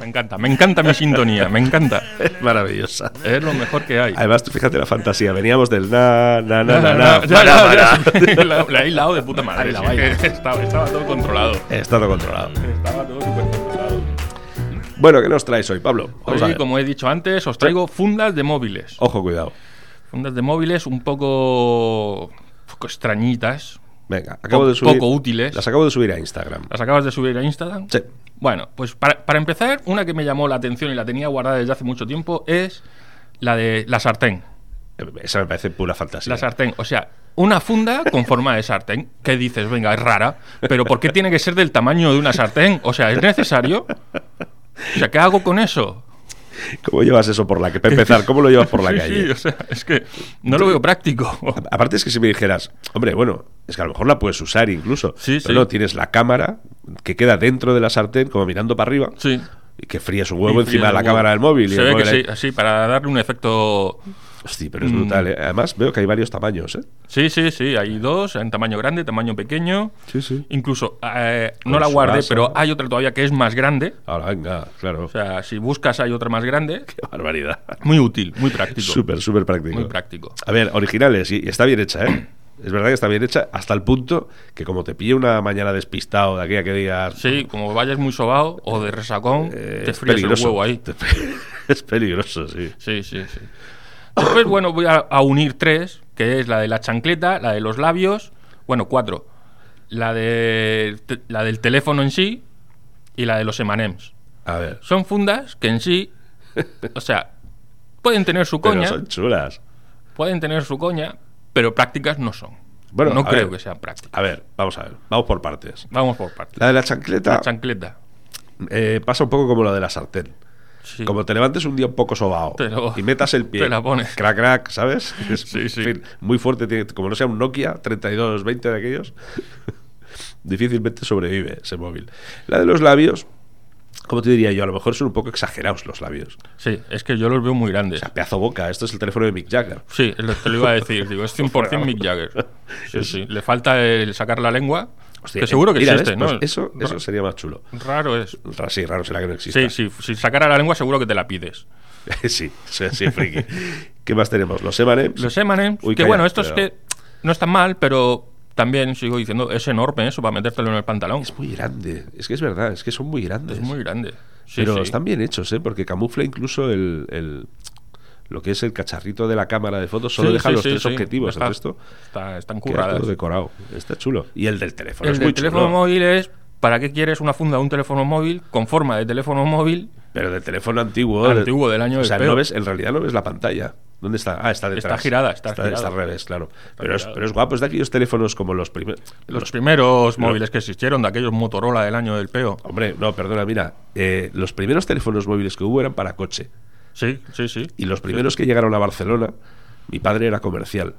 [SPEAKER 2] encanta, me encanta mi sintonía, me encanta.
[SPEAKER 1] Es *laughs* maravillosa.
[SPEAKER 2] Es lo mejor que hay.
[SPEAKER 1] Además, tú fíjate la fantasía. Veníamos del na, na, na, na, na,
[SPEAKER 2] *laughs* Ya, ya,
[SPEAKER 1] para,
[SPEAKER 2] ya,
[SPEAKER 1] para. *laughs*
[SPEAKER 2] sí, *laughs* La la he hilado de puta madre.
[SPEAKER 1] la
[SPEAKER 2] sí, *laughs*
[SPEAKER 1] vaina.
[SPEAKER 2] es que estaba, estaba todo controlado.
[SPEAKER 1] Está todo controlado.
[SPEAKER 2] Estaba todo súper controlado.
[SPEAKER 1] Bueno, ¿qué nos traes hoy, Pablo? Vamos a
[SPEAKER 2] Hoy,
[SPEAKER 1] ver. Oh.
[SPEAKER 2] como he dicho antes, os traigo fundas de móviles.
[SPEAKER 1] Ojo, cuidado.
[SPEAKER 2] Fundas de móviles un poco, poco extrañitas.
[SPEAKER 1] Venga, acabo
[SPEAKER 2] Po-
[SPEAKER 1] de subir.
[SPEAKER 2] poco útiles.
[SPEAKER 1] Las acabo de subir a Instagram.
[SPEAKER 2] ¿Las acabas de subir a Instagram?
[SPEAKER 1] Sí.
[SPEAKER 2] Bueno, pues para, para empezar, una que me llamó la atención y la tenía guardada desde hace mucho tiempo es la de la sartén.
[SPEAKER 1] Esa me parece pura fantasía.
[SPEAKER 2] La sartén, o sea, una funda con forma de sartén. Que dices, venga, es rara, pero ¿por qué tiene que ser del tamaño de una sartén? O sea, ¿es necesario? O sea, ¿qué hago con eso?
[SPEAKER 1] ¿Cómo llevas eso por la que Para empezar, ¿cómo lo llevas por la
[SPEAKER 2] Sí,
[SPEAKER 1] calle?
[SPEAKER 2] Sí, o sea, es que no lo veo
[SPEAKER 1] *laughs*
[SPEAKER 2] práctico.
[SPEAKER 1] A- Aparte es que si me dijeras, hombre, bueno, es que a lo mejor la puedes usar incluso.
[SPEAKER 2] Sí,
[SPEAKER 1] pero
[SPEAKER 2] sí.
[SPEAKER 1] no, tienes la cámara que queda dentro de la sartén, como mirando para arriba,
[SPEAKER 2] Sí.
[SPEAKER 1] y que fríes un huevo
[SPEAKER 2] Y
[SPEAKER 1] encima de la
[SPEAKER 2] el
[SPEAKER 1] cámara del móvil. y
[SPEAKER 2] Se
[SPEAKER 1] el
[SPEAKER 2] ve que
[SPEAKER 1] móvil ahí-
[SPEAKER 2] sí, Mm. así, para darle un efecto.
[SPEAKER 1] Hostia, pero es brutal, ¿eh? Además, veo que hay varios tamaños, ¿eh?
[SPEAKER 2] Sí, sí, sí, hay dos, en tamaño grande, tamaño pequeño.
[SPEAKER 1] Sí, sí.
[SPEAKER 2] Incluso, eh, no
[SPEAKER 1] Con
[SPEAKER 2] la
[SPEAKER 1] su
[SPEAKER 2] guardé,
[SPEAKER 1] asa.
[SPEAKER 2] pero hay otra todavía que es más grande.
[SPEAKER 1] Ahora, venga, claro.
[SPEAKER 2] O sea, si buscas hay otra más grande.
[SPEAKER 1] Qué barbaridad.
[SPEAKER 2] *laughs* Muy útil, muy práctico.
[SPEAKER 1] Súper, súper práctico.
[SPEAKER 2] Muy práctico.
[SPEAKER 1] A ver, originales, y, y está bien hecha, ¿eh? Es verdad que está bien hecha hasta el punto que como te pille una mañana despistado de aquella que digas...
[SPEAKER 2] Sí, como vayas muy sobao o de resacón,
[SPEAKER 1] eh,
[SPEAKER 2] te
[SPEAKER 1] es
[SPEAKER 2] fríes el
[SPEAKER 1] peligroso. *laughs*
[SPEAKER 2] huevo ahí.
[SPEAKER 1] Es peligroso, sí.
[SPEAKER 2] Sí, sí, sí. Después, bueno, voy a, a unir tres, que es la de la chancleta, la de los labios, bueno, cuatro. La, de, te- la del teléfono en sí y la de los emanems.
[SPEAKER 1] A ver.
[SPEAKER 2] Son fundas que en sí, o sea, pueden tener su
[SPEAKER 1] Pero
[SPEAKER 2] coña,
[SPEAKER 1] son chulas.
[SPEAKER 2] pueden tener su coña, pero prácticas no son.
[SPEAKER 1] Bueno,
[SPEAKER 2] no
[SPEAKER 1] a
[SPEAKER 2] creo
[SPEAKER 1] ver.
[SPEAKER 2] que sean prácticas.
[SPEAKER 1] A ver, vamos a ver. Vamos por partes.
[SPEAKER 2] Vamos por partes.
[SPEAKER 1] La de la chancleta
[SPEAKER 2] La chancleta.
[SPEAKER 1] eh, pasa un poco como la de la sartén.
[SPEAKER 2] Sí.
[SPEAKER 1] Como te levantes un día un poco sobao
[SPEAKER 2] Te lo-
[SPEAKER 1] y metas el pie.
[SPEAKER 2] te la pones.
[SPEAKER 1] Crac, crac, ¿sabes? Es,
[SPEAKER 2] Sí, sí.
[SPEAKER 1] en fin, muy fuerte. tiene- como no sea un Nokia 3220 de aquellos, *laughs* difícilmente sobrevive ese móvil. La de los labios, como te diría yo, a lo mejor son un poco exagerados los labios.
[SPEAKER 2] Sí, es que yo los veo muy grandes.
[SPEAKER 1] O sea, pedazo boca. Esto es el teléfono de Mick Jagger.
[SPEAKER 2] Sí, lo- te lo iba a
[SPEAKER 1] *laughs*
[SPEAKER 2] decir. Digo, es 100% Mick Jagger. Sí, sí. Le falta el sacar la lengua,
[SPEAKER 1] Hostia,
[SPEAKER 2] que seguro que
[SPEAKER 1] mira,
[SPEAKER 2] existe,
[SPEAKER 1] ¿ves?
[SPEAKER 2] ¿no?
[SPEAKER 1] Pues eso, eso sería más chulo.
[SPEAKER 2] Raro es.
[SPEAKER 1] Ra- Sí, raro será que no exista.
[SPEAKER 2] Sí, sí, si sacara la lengua seguro que te la pides.
[SPEAKER 1] sí. *laughs* sí, sí, friki. ¿Qué más tenemos? Los Emanems.
[SPEAKER 2] Los Emanems,
[SPEAKER 1] Uy,
[SPEAKER 2] que
[SPEAKER 1] calla,
[SPEAKER 2] bueno, estos
[SPEAKER 1] pero-
[SPEAKER 2] que no están mal, pero también sigo diciendo, es enorme eso para metértelo en el pantalón.
[SPEAKER 1] Es muy grande. Es que es verdad, es que son muy grandes.
[SPEAKER 2] Es muy grande. Sí,
[SPEAKER 1] Pero
[SPEAKER 2] sí.
[SPEAKER 1] están bien hechos, ¿eh? Porque camufla incluso el, el- lo que es el cacharrito de la cámara de fotos. Solo
[SPEAKER 2] Sí,
[SPEAKER 1] deja
[SPEAKER 2] sí,
[SPEAKER 1] los
[SPEAKER 2] sí,
[SPEAKER 1] tres
[SPEAKER 2] sí.
[SPEAKER 1] objetivos.
[SPEAKER 2] Está-
[SPEAKER 1] El resto
[SPEAKER 2] está- están
[SPEAKER 1] queda
[SPEAKER 2] curradas.
[SPEAKER 1] todo decorado. Está chulo. Y el del teléfono.
[SPEAKER 2] El
[SPEAKER 1] es
[SPEAKER 2] del
[SPEAKER 1] muy
[SPEAKER 2] teléfono
[SPEAKER 1] chulo.
[SPEAKER 2] móvil es, ¿para qué quieres una funda de un teléfono móvil con forma de teléfono móvil?
[SPEAKER 1] Pero del teléfono antiguo.
[SPEAKER 2] Antiguo, del
[SPEAKER 1] O
[SPEAKER 2] año del
[SPEAKER 1] sea, no
[SPEAKER 2] peo.
[SPEAKER 1] ves, en realidad no ves la pantalla. ¿Dónde está? Ah, está detrás.
[SPEAKER 2] girada, está girada.
[SPEAKER 1] al revés, claro. Pero es,
[SPEAKER 2] girada.
[SPEAKER 1] pero es guapo. Es de aquellos teléfonos como los primeros.
[SPEAKER 2] Los primeros móviles que existieron, de aquellos Motorola del año del peo.
[SPEAKER 1] Hombre, no, perdona, mira. eh, los primeros teléfonos móviles que hubo eran para coche.
[SPEAKER 2] Sí, sí, sí.
[SPEAKER 1] Y los primeros que llegaron a Barcelona, mi padre era comercial.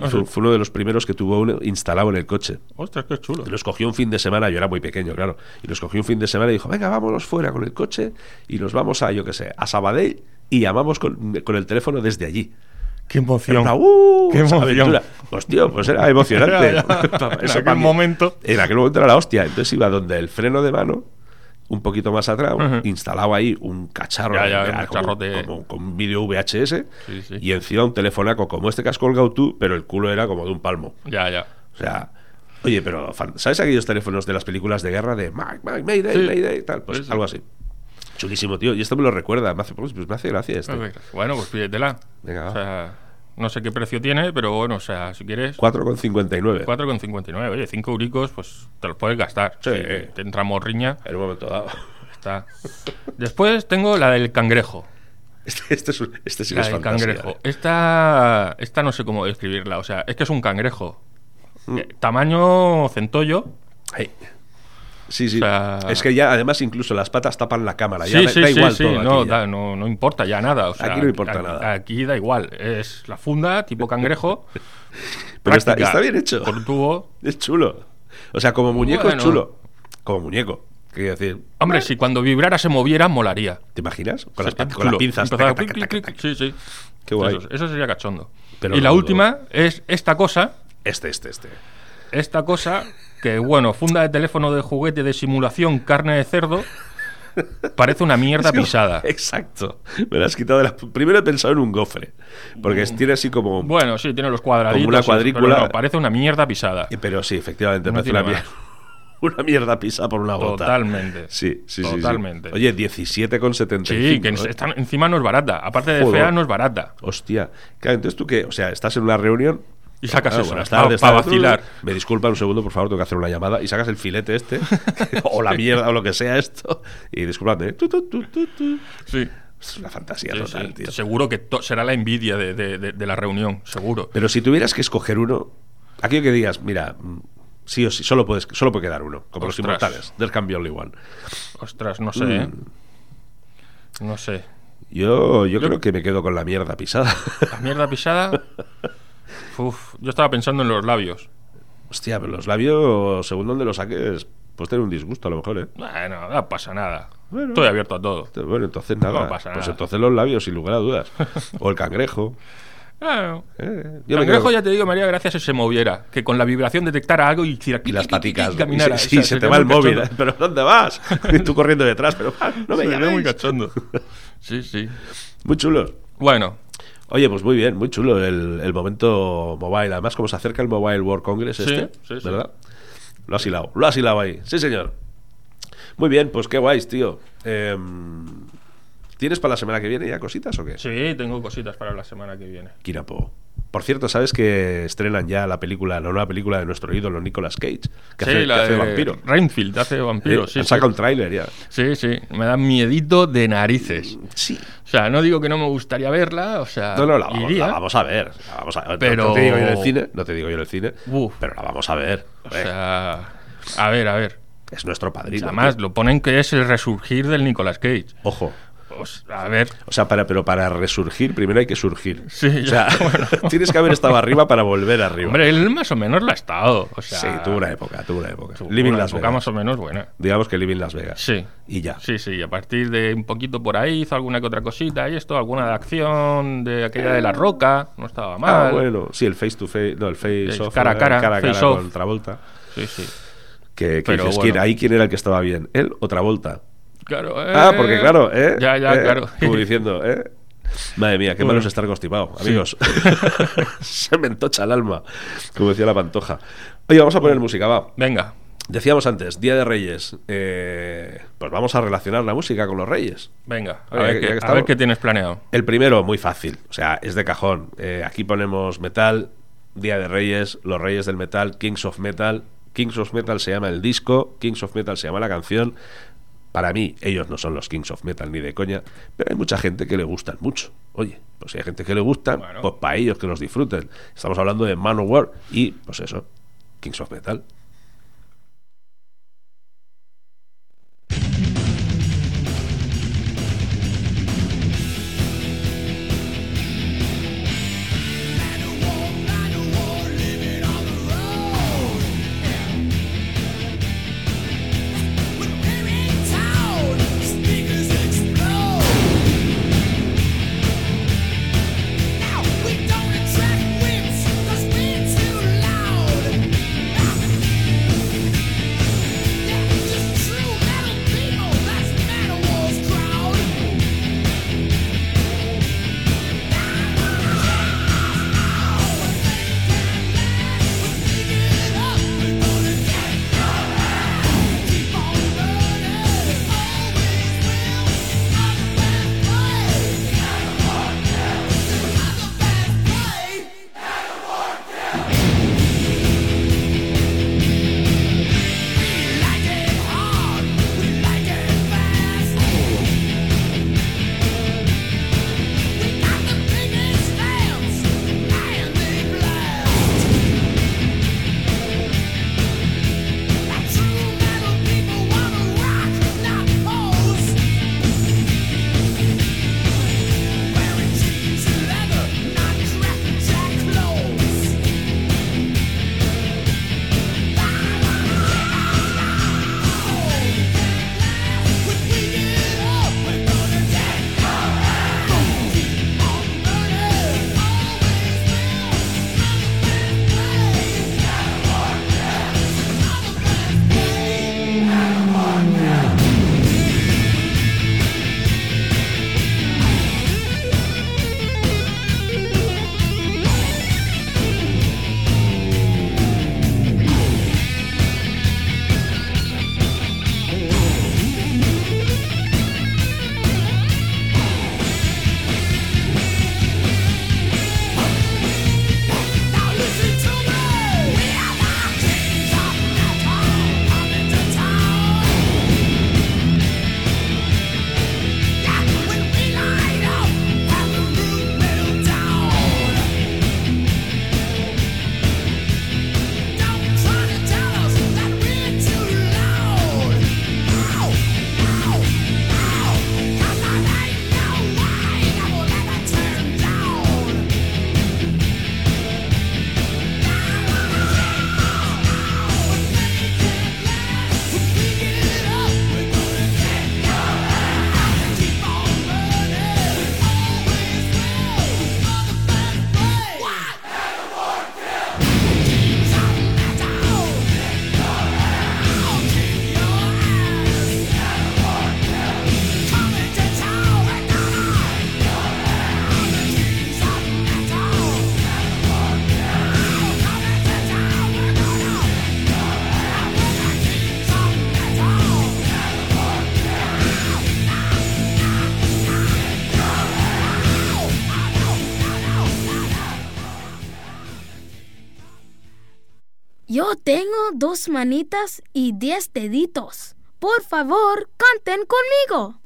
[SPEAKER 2] Ah,
[SPEAKER 1] fue,
[SPEAKER 2] sí.
[SPEAKER 1] fue uno de los primeros que tuvo uno instalado en el coche.
[SPEAKER 2] Ostras, qué chulo.
[SPEAKER 1] Los cogió un fin de semana, yo era muy pequeño, claro. Y los cogió un fin de semana y dijo: Venga, vámonos fuera con el coche y nos vamos a, yo qué sé, a Sabadell y llamamos con, con el teléfono desde allí.
[SPEAKER 2] Qué
[SPEAKER 1] En
[SPEAKER 2] emoción.
[SPEAKER 1] plan, ¡uh!
[SPEAKER 2] Qué
[SPEAKER 1] esa
[SPEAKER 2] emoción.
[SPEAKER 1] aventura. Pues tío, pues era emocionante.
[SPEAKER 2] *laughs* Era,
[SPEAKER 1] *laughs*
[SPEAKER 2] era. En
[SPEAKER 1] Eso
[SPEAKER 2] aquel
[SPEAKER 1] para mí-
[SPEAKER 2] momento.
[SPEAKER 1] En aquel momento era la hostia. Entonces iba donde el freno de mano, un poquito más atrás,
[SPEAKER 2] Ujú.
[SPEAKER 1] instalaba ahí un cacharro,
[SPEAKER 2] Ya, ya,
[SPEAKER 1] que
[SPEAKER 2] un
[SPEAKER 1] era como-
[SPEAKER 2] cacharrote.
[SPEAKER 1] como con un vídeo VHS,
[SPEAKER 2] Sí, sí.
[SPEAKER 1] y encima un telefonaco como este que has colgado tú, pero el culo era como de un palmo.
[SPEAKER 2] Ya, ya.
[SPEAKER 1] O sea, oye, pero fan- ¿sabes aquellos teléfonos de las películas de guerra de Mike, Mike, Mayday,
[SPEAKER 2] Sí.
[SPEAKER 1] Mayday, tal? Pues
[SPEAKER 2] Sí, sí.
[SPEAKER 1] algo así. Chulísimo, tío. Y esto me lo recuerda. Me hace, pues, me hace gracia esto.
[SPEAKER 2] Bueno, pues pídetela.
[SPEAKER 1] Venga, va.
[SPEAKER 2] O sea, no sé qué precio tiene, pero bueno, o sea, si quieres,
[SPEAKER 1] 4,59.
[SPEAKER 2] 4,59. Oye, 5 euricos, pues te los puedes gastar.
[SPEAKER 1] Sí.
[SPEAKER 2] Si te entra morriña,
[SPEAKER 1] En un momento dado.
[SPEAKER 2] está. Después tengo la del cangrejo.
[SPEAKER 1] Este, este es, un- este sí que
[SPEAKER 2] la
[SPEAKER 1] es
[SPEAKER 2] del
[SPEAKER 1] fantasía,
[SPEAKER 2] cangrejo.
[SPEAKER 1] ¿eh?
[SPEAKER 2] Esta, esta no sé cómo describirla. O sea, es que es un cangrejo.
[SPEAKER 1] Mm.
[SPEAKER 2] Eh, Tamaño centollo.
[SPEAKER 1] Ay. Sí, sí.
[SPEAKER 2] O sea-
[SPEAKER 1] Es que ya, además, incluso las patas tapan la cámara. Ya
[SPEAKER 2] sí,
[SPEAKER 1] da,
[SPEAKER 2] sí,
[SPEAKER 1] da
[SPEAKER 2] sí,
[SPEAKER 1] igual
[SPEAKER 2] sí,
[SPEAKER 1] todo
[SPEAKER 2] no,
[SPEAKER 1] aquí ya.
[SPEAKER 2] da- no, no importa ya nada. o sea,
[SPEAKER 1] Aquí no importa
[SPEAKER 2] aquí-
[SPEAKER 1] nada.
[SPEAKER 2] Aquí da igual. Es la funda, tipo cangrejo.
[SPEAKER 1] *laughs* Pero está,
[SPEAKER 2] práctica,
[SPEAKER 1] está bien hecho.
[SPEAKER 2] Por un tubo.
[SPEAKER 1] *laughs* Es chulo. O sea, como muñeco
[SPEAKER 2] Bueno.
[SPEAKER 1] es chulo. Como muñeco. Quiero decir,
[SPEAKER 2] Hombre, si cuando vibrara se moviera, molaría.
[SPEAKER 1] ¿te imaginas? Con,
[SPEAKER 2] O
[SPEAKER 1] las,
[SPEAKER 2] sea,
[SPEAKER 1] pat-
[SPEAKER 2] qué
[SPEAKER 1] con las
[SPEAKER 2] chulo.
[SPEAKER 1] pinzas. taca,
[SPEAKER 2] Empezaba clic,
[SPEAKER 1] taca,
[SPEAKER 2] clic,
[SPEAKER 1] taca,
[SPEAKER 2] clic,
[SPEAKER 1] taca.
[SPEAKER 2] Sí, sí.
[SPEAKER 1] Qué guay.
[SPEAKER 2] Eso, eso sería cachondo.
[SPEAKER 1] Pero
[SPEAKER 2] y
[SPEAKER 1] no
[SPEAKER 2] la
[SPEAKER 1] dudo.
[SPEAKER 2] última es esta cosa.
[SPEAKER 1] Este, este, este.
[SPEAKER 2] Esta cosa que, bueno, funda de teléfono de juguete de simulación carne de cerdo. Parece una mierda
[SPEAKER 1] *laughs* Es como-
[SPEAKER 2] pisada.
[SPEAKER 1] Exacto. Me lo has quitado de la... Primero he pensado en un gofre, porque
[SPEAKER 2] Mm.
[SPEAKER 1] es- tiene así como...
[SPEAKER 2] Bueno, sí, tiene los cuadraditos.
[SPEAKER 1] Como una
[SPEAKER 2] y eso,
[SPEAKER 1] cuadrícula.
[SPEAKER 2] pero no, parece una mierda pisada.
[SPEAKER 1] Eh, Pero sí, efectivamente,
[SPEAKER 2] No
[SPEAKER 1] parece
[SPEAKER 2] tiene
[SPEAKER 1] una mierda.
[SPEAKER 2] más.
[SPEAKER 1] *laughs* Una mierda pisada por una gota.
[SPEAKER 2] Totalmente.
[SPEAKER 1] Sí, sí, sí, sí.
[SPEAKER 2] Totalmente.
[SPEAKER 1] Oye, 17,75.
[SPEAKER 2] Sí, que
[SPEAKER 1] ¿eh?
[SPEAKER 2] está- encima no es barata. Aparte de
[SPEAKER 1] Joder.
[SPEAKER 2] fea, no es barata.
[SPEAKER 1] Hostia. Claro, entonces tú que, o sea, estás en una reunión.
[SPEAKER 2] Y sacas eso,
[SPEAKER 1] buenas
[SPEAKER 2] pa-
[SPEAKER 1] tardes,
[SPEAKER 2] pa
[SPEAKER 1] tal.
[SPEAKER 2] vacilar.
[SPEAKER 1] Me disculpa un segundo, por favor, tengo que hacer una llamada. Y sacas el filete
[SPEAKER 2] *laughs*
[SPEAKER 1] este, *laughs* o la mierda, o lo que sea esto. Y disculpadme. tu, tu, tu, tu, tu.
[SPEAKER 2] Sí.
[SPEAKER 1] Es una fantasía
[SPEAKER 2] Sí,
[SPEAKER 1] total,
[SPEAKER 2] sí.
[SPEAKER 1] tío.
[SPEAKER 2] Seguro que to- será la envidia de, de- de- de la reunión, seguro.
[SPEAKER 1] Pero si tuvieras que escoger uno, aquello que digas, mira, mm, sí o sí, solo, puedes, solo puede quedar uno, como los
[SPEAKER 2] Ostras.
[SPEAKER 1] inmortales, del cambio only one.
[SPEAKER 2] Ostras, no sé,
[SPEAKER 1] Mm.
[SPEAKER 2] ¿eh? No sé.
[SPEAKER 1] Yo, yo creo que me quedo con la mierda
[SPEAKER 2] *laughs*
[SPEAKER 1] pisada.
[SPEAKER 2] La mierda pisada. Uf, yo estaba pensando en los labios.
[SPEAKER 1] Hostia, pero los labios, según donde los saques, pues tener un disgusto a lo mejor, ¿eh?
[SPEAKER 2] Bueno, no pasa nada.
[SPEAKER 1] Bueno.
[SPEAKER 2] Estoy abierto a todo.
[SPEAKER 1] Bueno, entonces nada.
[SPEAKER 2] No pasa
[SPEAKER 1] Pues
[SPEAKER 2] nada.
[SPEAKER 1] entonces los labios, sin lugar a dudas. O el cangrejo.
[SPEAKER 2] Claro.
[SPEAKER 1] ¿eh?
[SPEAKER 2] Yo
[SPEAKER 1] me
[SPEAKER 2] cangrejo,
[SPEAKER 1] quedo-
[SPEAKER 2] ya te digo, María, gracias si se moviera. Que con la vibración detectara algo y hiciera
[SPEAKER 1] Y
[SPEAKER 2] clic,
[SPEAKER 1] las
[SPEAKER 2] clic, clic,
[SPEAKER 1] paticas.
[SPEAKER 2] clic,
[SPEAKER 1] ¿no?
[SPEAKER 2] caminara.
[SPEAKER 1] Y se-
[SPEAKER 2] O
[SPEAKER 1] sí,
[SPEAKER 2] sea,
[SPEAKER 1] se te
[SPEAKER 2] ve
[SPEAKER 1] va el
[SPEAKER 2] muy
[SPEAKER 1] móvil. ¿eh?
[SPEAKER 2] cachondo.
[SPEAKER 1] *laughs* Pero ¿dónde vas? Y tú corriendo detrás. Pero ah, no me
[SPEAKER 2] Se ve muy
[SPEAKER 1] llaméis.
[SPEAKER 2] cachondo. Sí, sí.
[SPEAKER 1] Muy chulos.
[SPEAKER 2] Bueno,
[SPEAKER 1] Oye, pues muy bien, muy chulo el, el momento mobile. Además, como se acerca el Mobile World Congress
[SPEAKER 2] Sí,
[SPEAKER 1] este,
[SPEAKER 2] sí, sí.
[SPEAKER 1] ¿verdad? Lo has hilado, lo has hilado ahí. Sí, señor. Muy bien, pues qué guays, tío. Em, ¿Tienes para la semana que viene ya cositas o qué?
[SPEAKER 2] sí, tengo cositas para la semana que viene.
[SPEAKER 1] Kirapo. Por cierto, ¿sabes que estrenan ya la película, la nueva película de nuestro ídolo Nicolas Cage? Que
[SPEAKER 2] sí,
[SPEAKER 1] hace, que
[SPEAKER 2] la
[SPEAKER 1] hace de
[SPEAKER 2] de
[SPEAKER 1] vampiro.
[SPEAKER 2] Renfield hace vampiro,
[SPEAKER 1] Eh,
[SPEAKER 2] sí.
[SPEAKER 1] han
[SPEAKER 2] sí.
[SPEAKER 1] sacado un tráiler ya.
[SPEAKER 2] Sí, sí, me da miedito de narices.
[SPEAKER 1] Sí.
[SPEAKER 2] O sea, no digo que no me gustaría verla, o sea,
[SPEAKER 1] No, no, la vamos,
[SPEAKER 2] Ah, iría.
[SPEAKER 1] la vamos a ver. la vamos a ver. No-
[SPEAKER 2] Pero-
[SPEAKER 1] No te digo yo en el cine, no te digo yo en el cine,
[SPEAKER 2] Uf.
[SPEAKER 1] pero la vamos a ver.
[SPEAKER 2] O
[SPEAKER 1] Eh,
[SPEAKER 2] sea, a ver, a ver.
[SPEAKER 1] es nuestro padrino.
[SPEAKER 2] Además,
[SPEAKER 1] tío.
[SPEAKER 2] lo ponen que es el resurgir del Nicolas Cage.
[SPEAKER 1] Ojo.
[SPEAKER 2] O sea, a ver,
[SPEAKER 1] O sea, para, pero para resurgir primero hay que surgir.
[SPEAKER 2] Sí,
[SPEAKER 1] o sea,
[SPEAKER 2] ya, *laughs* bueno.
[SPEAKER 1] *laughs* tienes que haber estado arriba para volver arriba.
[SPEAKER 2] hombre, él más o menos lo ha estado. O sea,
[SPEAKER 1] sí, tuvo una época, tuvo una época.
[SPEAKER 2] tuvo
[SPEAKER 1] Living
[SPEAKER 2] una
[SPEAKER 1] Las
[SPEAKER 2] época
[SPEAKER 1] Vegas.
[SPEAKER 2] más o menos buena.
[SPEAKER 1] Digamos que Living Las Vegas.
[SPEAKER 2] Sí.
[SPEAKER 1] Y ya.
[SPEAKER 2] Sí, sí, a partir de un poquito por ahí hizo alguna que otra cosita y esto, alguna de acción, de aquella de la roca, no estaba mal.
[SPEAKER 1] Ah, bueno, sí, el face to face, no, el face
[SPEAKER 2] Es
[SPEAKER 1] off,
[SPEAKER 2] cara a
[SPEAKER 1] eh,
[SPEAKER 2] cara,
[SPEAKER 1] cara, a
[SPEAKER 2] face
[SPEAKER 1] cara
[SPEAKER 2] off.
[SPEAKER 1] con Travolta.
[SPEAKER 2] Sí, sí.
[SPEAKER 1] Que, que
[SPEAKER 2] Pero
[SPEAKER 1] dices,
[SPEAKER 2] bueno.
[SPEAKER 1] ¿quién- ahí quién era el que estaba bien, él o Travolta.
[SPEAKER 2] Claro,
[SPEAKER 1] Ah,
[SPEAKER 2] eh,
[SPEAKER 1] porque claro, ¿eh?
[SPEAKER 2] Ya, ya,
[SPEAKER 1] eh, *laughs*
[SPEAKER 2] claro.
[SPEAKER 1] Como diciendo, ¿eh? Madre mía, qué malo es estar constipado, *laughs* amigos. Se me entocha el alma, como decía la pantoja. Oye, vamos a poner música, va.
[SPEAKER 2] *laughs* Venga,
[SPEAKER 1] Decíamos antes, Día de Reyes. eh, pues vamos a relacionar la música con los Reyes.
[SPEAKER 2] venga, a,
[SPEAKER 1] Oye, ya
[SPEAKER 2] ver,
[SPEAKER 1] que- ya
[SPEAKER 2] qué,
[SPEAKER 1] que
[SPEAKER 2] a
[SPEAKER 1] estamos.
[SPEAKER 2] ver qué tienes planeado.
[SPEAKER 1] El primero, muy fácil, o sea, es de cajón. Eh, aquí ponemos metal, Día de Reyes, los Reyes del Metal, Kings of Metal. Kings of Metal se llama el disco, Kings of Metal se llama la canción. Para mí, ellos no son los Kings of Metal ni de coña, pero hay mucha gente que le gustan mucho. Oye, pues si hay gente que le gustan,
[SPEAKER 2] Bueno.
[SPEAKER 1] pues para ellos que los disfruten. Estamos hablando de Manowar y, pues eso, Kings of Metal.
[SPEAKER 4] We don't attract winds, cause we're too loud. Yo tengo dos manitas y diez deditos. Por favor, canten conmigo.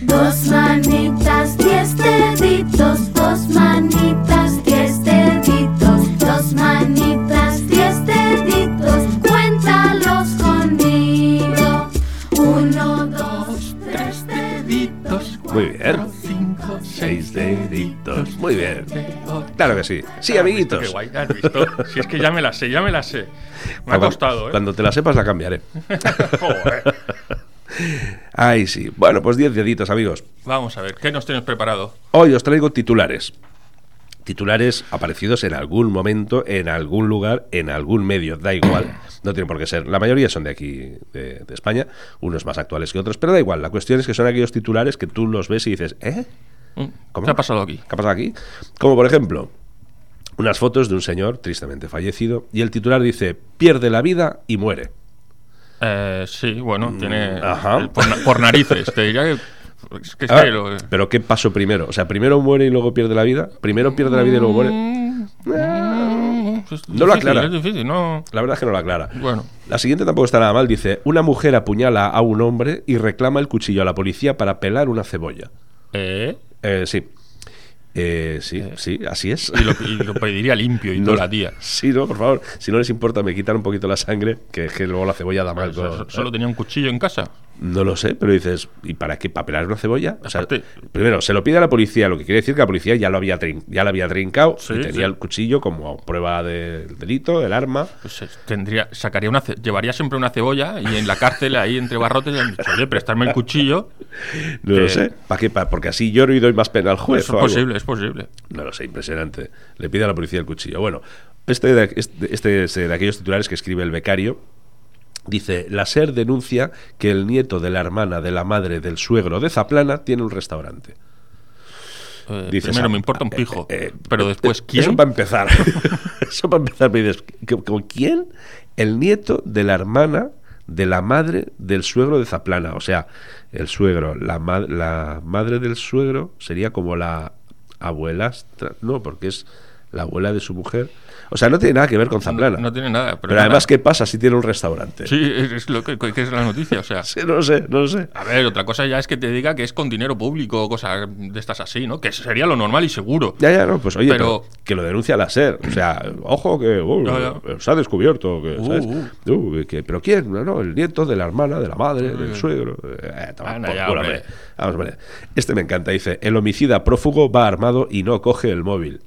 [SPEAKER 4] Dos manitas, diez deditos, dos manitas, diez deditos, dos manitas, diez deditos, cuéntalos conmigo. Uno, dos, tres deditos.
[SPEAKER 1] Muy bien.
[SPEAKER 2] Cinco,
[SPEAKER 1] Seis deditos. Muy bien. Claro que sí. Sí, amiguitos.
[SPEAKER 2] Qué guay, ¿has visto? Si es que ya me la sé, ya me la sé. Me ha
[SPEAKER 1] Cuando-
[SPEAKER 2] costado, ¿eh?
[SPEAKER 1] Cuando te la sepas la cambiaré.
[SPEAKER 2] *laughs* Joder.
[SPEAKER 1] Ay, sí. Bueno, pues 10 deditos, amigos.
[SPEAKER 2] Vamos a ver, ¿qué nos tienes preparado?
[SPEAKER 1] Hoy os traigo titulares. Titulares aparecidos en algún momento, en algún lugar, en algún medio, da igual. No tiene por qué ser. La mayoría son de aquí, de, de España, unos más actuales que otros, pero da igual. La cuestión es que son aquellos titulares que tú los ves y dices, ¿eh?
[SPEAKER 2] ¿Cómo? ¿Qué ha pasado aquí?
[SPEAKER 1] ¿Qué ha pasado aquí? Como por ejemplo, unas fotos de un señor tristemente fallecido y el titular dice, pierde la vida y muere.
[SPEAKER 2] Eh, sí, bueno, tiene.
[SPEAKER 1] Mm, ajá.
[SPEAKER 2] el- Por, na- por narices, te diría que. es que es
[SPEAKER 1] Ah,
[SPEAKER 2] que lo-
[SPEAKER 1] pero ¿qué pasó primero? O sea, primero muere y luego pierde la vida. Primero pierde la vida y luego
[SPEAKER 2] Mm.
[SPEAKER 1] muere.
[SPEAKER 2] es
[SPEAKER 1] no lo
[SPEAKER 2] difícil,
[SPEAKER 1] aclara.
[SPEAKER 2] Es difícil, no.
[SPEAKER 1] La verdad es que no la aclara.
[SPEAKER 2] Bueno.
[SPEAKER 1] La siguiente tampoco está nada mal. Dice, una mujer apuñala a un hombre y reclama el cuchillo a la policía para pelar una cebolla.
[SPEAKER 2] ¿Eh?
[SPEAKER 1] Eh, sí. Eh, sí, sí, así es. *laughs*
[SPEAKER 2] Y lo, y lo pediría limpio y
[SPEAKER 1] No-
[SPEAKER 2] toda la tía.
[SPEAKER 1] Sí, no, por favor. Si no les importa, me quitan un poquito la sangre, que es que luego la cebolla da mal.
[SPEAKER 2] Solo-
[SPEAKER 1] con- eh,
[SPEAKER 2] Solo tenía un cuchillo en casa.
[SPEAKER 1] No lo sé, pero dices, ¿y para qué? ¿Para pelar una cebolla? O sea,
[SPEAKER 2] Aparte-
[SPEAKER 1] primero, se lo pide a la policía, lo que quiere decir que la policía ya lo había, trin- ya lo había trincado
[SPEAKER 2] Sí,
[SPEAKER 1] y tenía
[SPEAKER 2] sí.
[SPEAKER 1] el cuchillo como prueba del delito, del arma.
[SPEAKER 2] Pues eh, tendría, sacaría una, ce- llevaría siempre una cebolla y en la cárcel ahí entre barrotes le han dicho, oye, prestarme el cuchillo.
[SPEAKER 1] No lo
[SPEAKER 2] Eh,
[SPEAKER 1] sé. ¿Para qué? Pa- porque así lloro y doy más pena al juez.
[SPEAKER 2] Pues, es
[SPEAKER 1] o algo.
[SPEAKER 2] posible, es posible.
[SPEAKER 1] No lo sé, impresionante. Le pide a la policía el cuchillo. Bueno, este de, este, este es de aquellos titulares que escribe el becario. Dice, la SER denuncia que el nieto de la hermana de la madre del suegro de Zaplana tiene un restaurante.
[SPEAKER 2] Eh,
[SPEAKER 1] Dices,
[SPEAKER 2] primero
[SPEAKER 1] ah,
[SPEAKER 2] me importa un
[SPEAKER 1] eh,
[SPEAKER 2] pijo,
[SPEAKER 1] eh, eh,
[SPEAKER 2] pero después
[SPEAKER 1] eh,
[SPEAKER 2] quién.
[SPEAKER 1] Eso para empezar. *laughs* eso para empezar me dices, ¿qu- ¿con quién? El nieto de la hermana de la madre del suegro de Zaplana. O sea, el suegro, la, ma- la madre del suegro sería como la abuelastra. No, porque es la abuela de su mujer. O sea, no tiene nada que ver con Zaplana.
[SPEAKER 2] No, no tiene nada. Pero,
[SPEAKER 1] pero además, ¿qué pasa si tiene un restaurante?
[SPEAKER 2] Sí, es, es lo que, que es la noticia, o sea.
[SPEAKER 1] *laughs* Sí, no lo sé, no lo sé.
[SPEAKER 2] A ver, otra cosa ya es que te diga que es con dinero público o cosas de estas así, ¿no? Que sería lo normal y seguro.
[SPEAKER 1] Ya, ya, no, pues oye,
[SPEAKER 2] Pero-
[SPEAKER 1] pero que lo denuncia la SER. O sea, ojo que uh,
[SPEAKER 2] Ya,
[SPEAKER 1] se ha descubierto. Que,
[SPEAKER 2] Uh,
[SPEAKER 1] ¿sabes? Uh, que- pero ¿quién? No, no, el nieto de la hermana, de la madre, del suegro. Eh, toma
[SPEAKER 2] Ah. Anda
[SPEAKER 1] por
[SPEAKER 2] ya,
[SPEAKER 1] culo,
[SPEAKER 2] hombre.
[SPEAKER 1] hombre. Vamos, hombre. Este me encanta. Dice, el homicida prófugo va armado y no coge el móvil.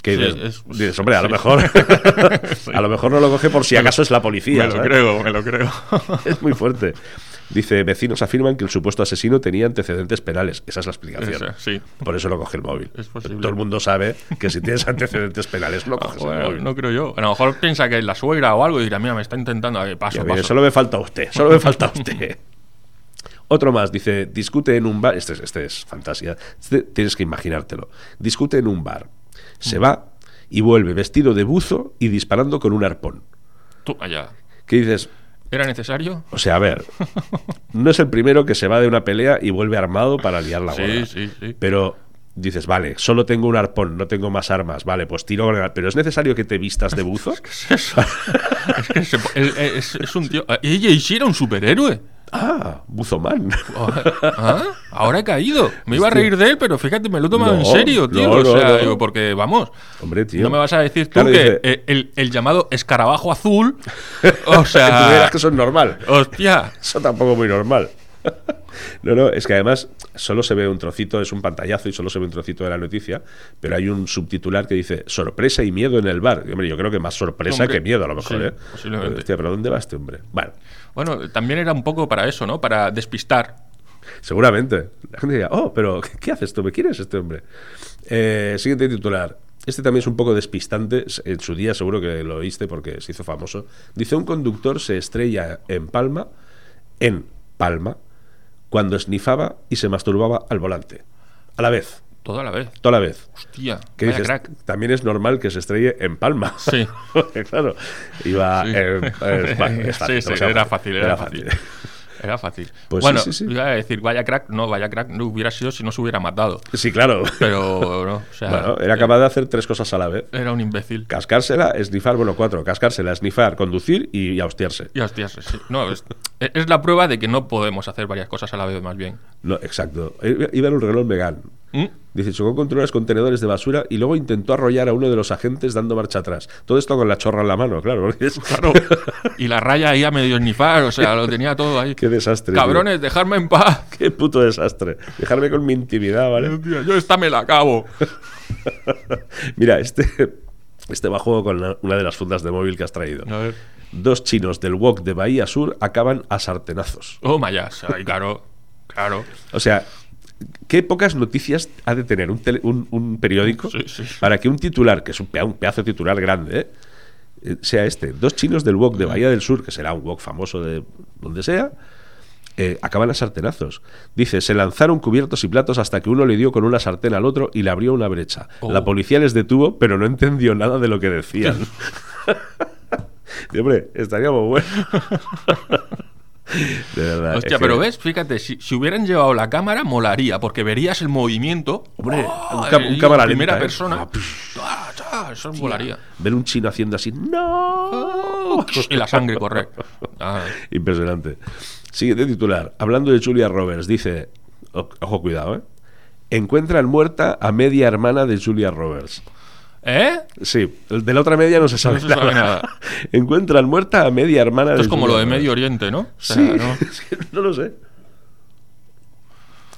[SPEAKER 1] Que
[SPEAKER 2] Sí,
[SPEAKER 1] dices,
[SPEAKER 2] es- pues,
[SPEAKER 1] dices, hombre, a lo
[SPEAKER 2] sí.
[SPEAKER 1] mejor
[SPEAKER 2] *laughs* Sí.
[SPEAKER 1] a lo mejor no lo coge por si acaso es la policía.
[SPEAKER 2] me lo
[SPEAKER 1] ¿sabes?
[SPEAKER 2] creo, me lo
[SPEAKER 1] *laughs*
[SPEAKER 2] creo.
[SPEAKER 1] Es muy fuerte. Dice, vecinos afirman que el supuesto asesino tenía antecedentes penales. Esa es la explicación.
[SPEAKER 2] Esa, sí.
[SPEAKER 1] Por eso no coge el móvil.
[SPEAKER 2] Es posible.
[SPEAKER 1] Todo el mundo sabe que si tienes antecedentes penales
[SPEAKER 2] *laughs*
[SPEAKER 1] no coges el
[SPEAKER 2] Bueno,
[SPEAKER 1] móvil.
[SPEAKER 2] Ah, no creo yo. A lo mejor piensa que es la suegra o algo y dirá, mira, me está intentando. A ver,
[SPEAKER 1] Y
[SPEAKER 2] paso,
[SPEAKER 1] a mí
[SPEAKER 2] paso.
[SPEAKER 1] solo me falta usted, solo me falta usted.
[SPEAKER 2] *laughs*
[SPEAKER 1] Otro más, dice, discute en un bar. Este, es- este es fantasía. Este tienes que imaginártelo. Discute en un bar.
[SPEAKER 2] Mm.
[SPEAKER 1] Se va y vuelve vestido de buzo y disparando con un arpón.
[SPEAKER 2] Tú, allá.
[SPEAKER 1] ¿Qué dices?
[SPEAKER 2] ¿Era necesario?
[SPEAKER 1] O sea, a ver, no es el primero que se va de una pelea y vuelve armado para liar la
[SPEAKER 2] Sí,
[SPEAKER 1] boda.
[SPEAKER 2] sí, sí.
[SPEAKER 1] Pero dices, vale, solo tengo un arpón, no tengo más armas, vale, pues tiro con el ar- Pero ¿es necesario que te vistas de
[SPEAKER 2] *laughs*
[SPEAKER 1] buzo?
[SPEAKER 2] es que se po- el- eh, es, es un tío. Ella sí era un superhéroe.
[SPEAKER 1] ah, buzoman.
[SPEAKER 2] Ah, Ahora he caído. Me iba a reír de él, pero fíjate, me lo he tomado
[SPEAKER 1] No,
[SPEAKER 2] en serio, tío.
[SPEAKER 1] no,
[SPEAKER 2] o
[SPEAKER 1] no,
[SPEAKER 2] sea,
[SPEAKER 1] no.
[SPEAKER 2] digo, porque vamos.
[SPEAKER 1] *laughs* Hombre, tío.
[SPEAKER 2] No me vas a decir tú
[SPEAKER 1] Claro,
[SPEAKER 2] que
[SPEAKER 1] dice-
[SPEAKER 2] eh, el, el llamado escarabajo azul.
[SPEAKER 1] *laughs*
[SPEAKER 2] O
[SPEAKER 1] Que tú
[SPEAKER 2] sea.
[SPEAKER 1] verás que son normal.
[SPEAKER 2] Hostia.
[SPEAKER 1] Eso tampoco es muy normal. *laughs* No, no, es que además solo se ve un trocito, es un pantallazo y solo se ve un trocito de la noticia, pero hay un subtitular que dice sorpresa y miedo en el bar. Y, Hombre, yo creo que más sorpresa
[SPEAKER 2] Hombre,
[SPEAKER 1] que miedo a lo mejor,
[SPEAKER 2] sí,
[SPEAKER 1] ¿eh?
[SPEAKER 2] posiblemente.
[SPEAKER 1] Hostia, pero ¿dónde vas este hombre? Bueno,
[SPEAKER 2] Bueno, también era un poco para eso, ¿no? Para despistar.
[SPEAKER 1] Seguramente. *laughs* La gente dirá, oh, pero ¿qué, qué haces tú? ¿Me quieres este hombre? Eh, siguiente titular. Este también es un poco despistante. S- En su día seguro que lo oíste porque se hizo famoso. Dice, un conductor se estrella en Palma, en Palma, cuando esnifaba y se masturbaba al volante. A la vez,
[SPEAKER 2] Toda la vez.
[SPEAKER 1] toda la vez.
[SPEAKER 2] Hostia.
[SPEAKER 1] ¿Qué
[SPEAKER 2] vaya
[SPEAKER 1] dices?
[SPEAKER 2] crack.
[SPEAKER 1] También es normal que se estrelle en Palma.
[SPEAKER 2] Sí.
[SPEAKER 1] *laughs* Porque, claro, iba.
[SPEAKER 2] Sí. *laughs*
[SPEAKER 1] en- es fa- es
[SPEAKER 2] Sí, sí,
[SPEAKER 1] demasiado
[SPEAKER 2] era fácil, era fácil. *laughs* Era fácil.
[SPEAKER 1] Pues
[SPEAKER 2] bueno,
[SPEAKER 1] sí, sí, sí.
[SPEAKER 2] yo iba a decir, vaya crack, no, vaya crack no hubiera sido si no se hubiera matado.
[SPEAKER 1] Sí,
[SPEAKER 2] *laughs*
[SPEAKER 1] claro. *laughs*
[SPEAKER 2] Pero no, o sea, eh,
[SPEAKER 1] Bueno, era capaz de hacer tres cosas a la vez.
[SPEAKER 2] era un imbécil.
[SPEAKER 1] Cascársela, esnifar, bueno, cuatro. Cascársela, esnifar, conducir y, y hostiarse.
[SPEAKER 2] Y hostias, sí. No, es, es la prueba de que no podemos hacer varias cosas a la vez, más bien.
[SPEAKER 1] No, exacto. I- Iba en un reloj vegan.
[SPEAKER 2] ¿Mm?
[SPEAKER 1] Dice, chocó contra unos contenedores de basura y luego intentó arrollar a uno de los agentes dando marcha atrás. Todo esto con la chorra en la mano, claro. porque es-
[SPEAKER 2] Claro. Y la raya ahí a medio esnifar, o sea, lo tenía todo
[SPEAKER 1] *laughs*
[SPEAKER 2] ahí.
[SPEAKER 1] Qué desastre. tío.
[SPEAKER 2] Cabrones, dejadme en paz.
[SPEAKER 1] Qué puto desastre. Dejarme con mi intimidad, ¿vale? *laughs*
[SPEAKER 2] Tío, yo esta me la acabo.
[SPEAKER 1] Mira, este, este va juego con la- una de las fundas de móvil que has traído.
[SPEAKER 2] A ver.
[SPEAKER 1] Dos chinos del wok de Bahía Sur acaban a sartenazos.
[SPEAKER 2] Oh, maya, ay, claro. Claro.
[SPEAKER 1] O sea, qué pocas noticias ha de tener un, tele- un- un periódico
[SPEAKER 2] Sí, sí.
[SPEAKER 1] para que un titular, que es un, pea- un pedazo de titular grande, ¿eh? Eh, sea este. Dos chinos del wok de
[SPEAKER 2] Mm.
[SPEAKER 1] Bahía del Sur, que será un wok famoso de donde sea, eh, acaban a sartenazos. Dice, se lanzaron cubiertos y platos hasta que uno le dio con una sartén al otro y le abrió una brecha.
[SPEAKER 2] Oh.
[SPEAKER 1] La policía les detuvo, pero no entendió nada de lo que
[SPEAKER 2] *laughs*
[SPEAKER 1] decían. Y, Hombre, estaría muy
[SPEAKER 2] *laughs*
[SPEAKER 1] bueno. De verdad. es
[SPEAKER 2] Hostia,
[SPEAKER 1] que-
[SPEAKER 2] pero ves, fíjate, si, si hubieran llevado la cámara, molaría, porque verías el movimiento.
[SPEAKER 1] Hombre,
[SPEAKER 2] ¡Oh!
[SPEAKER 1] un cam- un
[SPEAKER 2] Y
[SPEAKER 1] cámara
[SPEAKER 2] en primera
[SPEAKER 1] lenta, ¿eh?
[SPEAKER 2] persona.
[SPEAKER 1] Ah,
[SPEAKER 2] ¡Ah, cha! Eso molaría.
[SPEAKER 1] Ver un chino haciendo así, ¡no!
[SPEAKER 2] Y la sangre
[SPEAKER 1] *laughs*
[SPEAKER 2] corre. Ah,
[SPEAKER 1] Impresionante. Siguiente titular. Hablando de Julia Roberts, dice. o- Ojo, cuidado, ¿eh? Encuentran muerta a media hermana de Julia Roberts.
[SPEAKER 2] ¿Eh?
[SPEAKER 1] Sí, el de la otra media no se sabe,
[SPEAKER 2] No se sabe
[SPEAKER 1] nada.
[SPEAKER 2] nada.
[SPEAKER 1] *laughs* Encuentran muerta a media hermana
[SPEAKER 2] Esto
[SPEAKER 1] de
[SPEAKER 2] es como
[SPEAKER 1] Julia
[SPEAKER 2] lo de
[SPEAKER 1] Roberts.
[SPEAKER 2] Medio Oriente, ¿no? O sea,
[SPEAKER 1] Sí,
[SPEAKER 2] ¿no?
[SPEAKER 1] *laughs* es que no lo sé.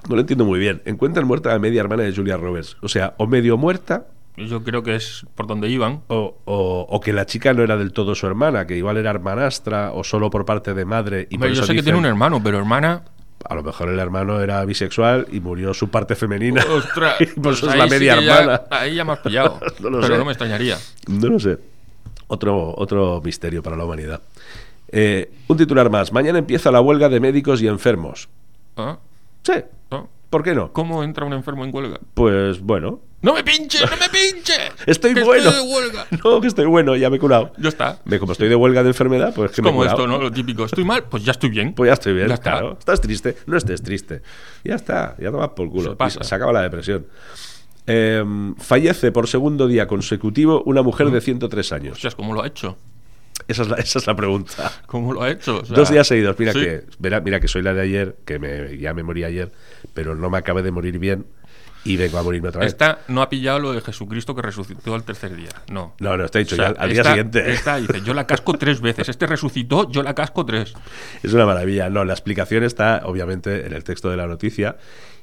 [SPEAKER 1] No lo entiendo muy bien. Encuentran muerta a media hermana de Julia Roberts. O sea, o medio muerta
[SPEAKER 2] Yo creo que es por donde iban.
[SPEAKER 1] O, o- o que la chica no era del todo su hermana, que igual era hermanastra o solo por parte de madre. Y
[SPEAKER 2] Hombre,
[SPEAKER 1] por
[SPEAKER 2] yo
[SPEAKER 1] eso
[SPEAKER 2] sé que
[SPEAKER 1] dicen-
[SPEAKER 2] tiene un hermano, pero
[SPEAKER 1] *laughs*
[SPEAKER 2] hermana.
[SPEAKER 1] A lo mejor el hermano era bisexual y murió su parte femenina. *laughs*
[SPEAKER 2] Ostras,
[SPEAKER 1] Y por eso
[SPEAKER 2] pues
[SPEAKER 1] es la
[SPEAKER 2] ahí sí
[SPEAKER 1] media
[SPEAKER 2] que ya-
[SPEAKER 1] hermana.
[SPEAKER 2] ahí ya me has pillado.
[SPEAKER 1] *laughs* No lo
[SPEAKER 2] pero
[SPEAKER 1] sé.
[SPEAKER 2] no me extrañaría.
[SPEAKER 1] No lo sé. Otro, otro misterio para la humanidad. Eh, un titular más. Mañana empieza la huelga de médicos y enfermos.
[SPEAKER 2] ¿Ah?
[SPEAKER 1] Sí,
[SPEAKER 2] ¿Ah?
[SPEAKER 1] ¿por qué no?
[SPEAKER 2] ¿Cómo entra un enfermo en huelga?
[SPEAKER 1] Pues bueno. *laughs*
[SPEAKER 2] ¡No me pinches! ¡No me pinches!
[SPEAKER 1] Estoy
[SPEAKER 2] que
[SPEAKER 1] bueno.
[SPEAKER 2] Estoy de huelga.
[SPEAKER 1] No, que estoy bueno, ya me he curado.
[SPEAKER 2] Ya está.
[SPEAKER 1] Ve, Como estoy de huelga de enfermedad, pues que
[SPEAKER 2] Es
[SPEAKER 1] me he
[SPEAKER 2] como
[SPEAKER 1] curado.
[SPEAKER 2] esto, ¿no? Lo típico. Estoy mal, pues ya estoy bien.
[SPEAKER 1] Pues ya estoy bien,
[SPEAKER 2] Ya está.
[SPEAKER 1] claro. Estás triste, no estés triste. Ya está, ya tomas por culo.
[SPEAKER 2] Se pasa.
[SPEAKER 1] Y se acaba la depresión. Eh, fallece por segundo día consecutivo una mujer
[SPEAKER 2] Mm.
[SPEAKER 1] de 103 años.
[SPEAKER 2] Hostias, ¿cómo lo ha hecho?
[SPEAKER 1] Esa es la, esa es la pregunta.
[SPEAKER 2] ¿Cómo lo ha hecho? O sea,
[SPEAKER 1] Dos días seguidos. Mira
[SPEAKER 2] sí.
[SPEAKER 1] que verá- mira que soy la de ayer, que me- ya me morí ayer, pero no me acabé de morir bien y vengo a morirme otra vez.
[SPEAKER 2] Esta no ha pillado lo de Jesucristo que resucitó al tercer día. No.
[SPEAKER 1] No, no, está dicho
[SPEAKER 2] O sea,
[SPEAKER 1] ya al- al día
[SPEAKER 2] esta-
[SPEAKER 1] siguiente.
[SPEAKER 2] Esta dice, yo la casco tres veces. Este resucitó, yo la casco tres.
[SPEAKER 1] Es una maravilla. No, la explicación está obviamente en el texto de la noticia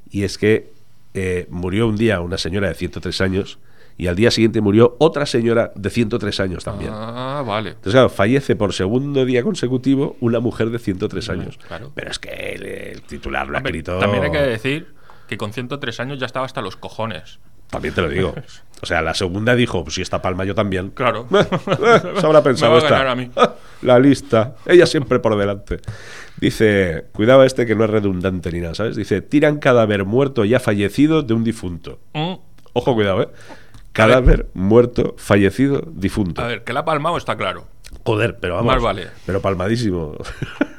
[SPEAKER 1] y es que eh, murió un día una señora de 103 años y al día siguiente murió otra señora de 103 años también.
[SPEAKER 2] Ah, vale.
[SPEAKER 1] Entonces, claro, fallece por segundo día consecutivo una mujer de 103 años.
[SPEAKER 2] Ah, claro.
[SPEAKER 1] Pero es que el, el titular lo ha
[SPEAKER 2] Hombre,
[SPEAKER 1] escrito.
[SPEAKER 2] También hay que decir que con 103 años ya estaba hasta los cojones.
[SPEAKER 1] También te lo digo. O sea, la segunda dijo, pues si esta palma yo también.
[SPEAKER 2] Claro.
[SPEAKER 1] Eh, eh, *laughs* se habrá pensado
[SPEAKER 2] Me va a
[SPEAKER 1] esta.
[SPEAKER 2] ganar a mí.
[SPEAKER 1] Ah, *laughs* La lista. Ella siempre por delante. Dice, cuidado este que no es redundante ni nada, ¿sabes? Dice, tiran cadáver muerto ya fallecido de un difunto.
[SPEAKER 2] Mm.
[SPEAKER 1] Ojo, cuidado, ¿eh? Cadáver muerto, fallecido, difunto.
[SPEAKER 2] A ver, que la ha palmado está claro.
[SPEAKER 1] Joder, pero vamos.
[SPEAKER 2] Más vale.
[SPEAKER 1] Pero palmadísimo. *laughs*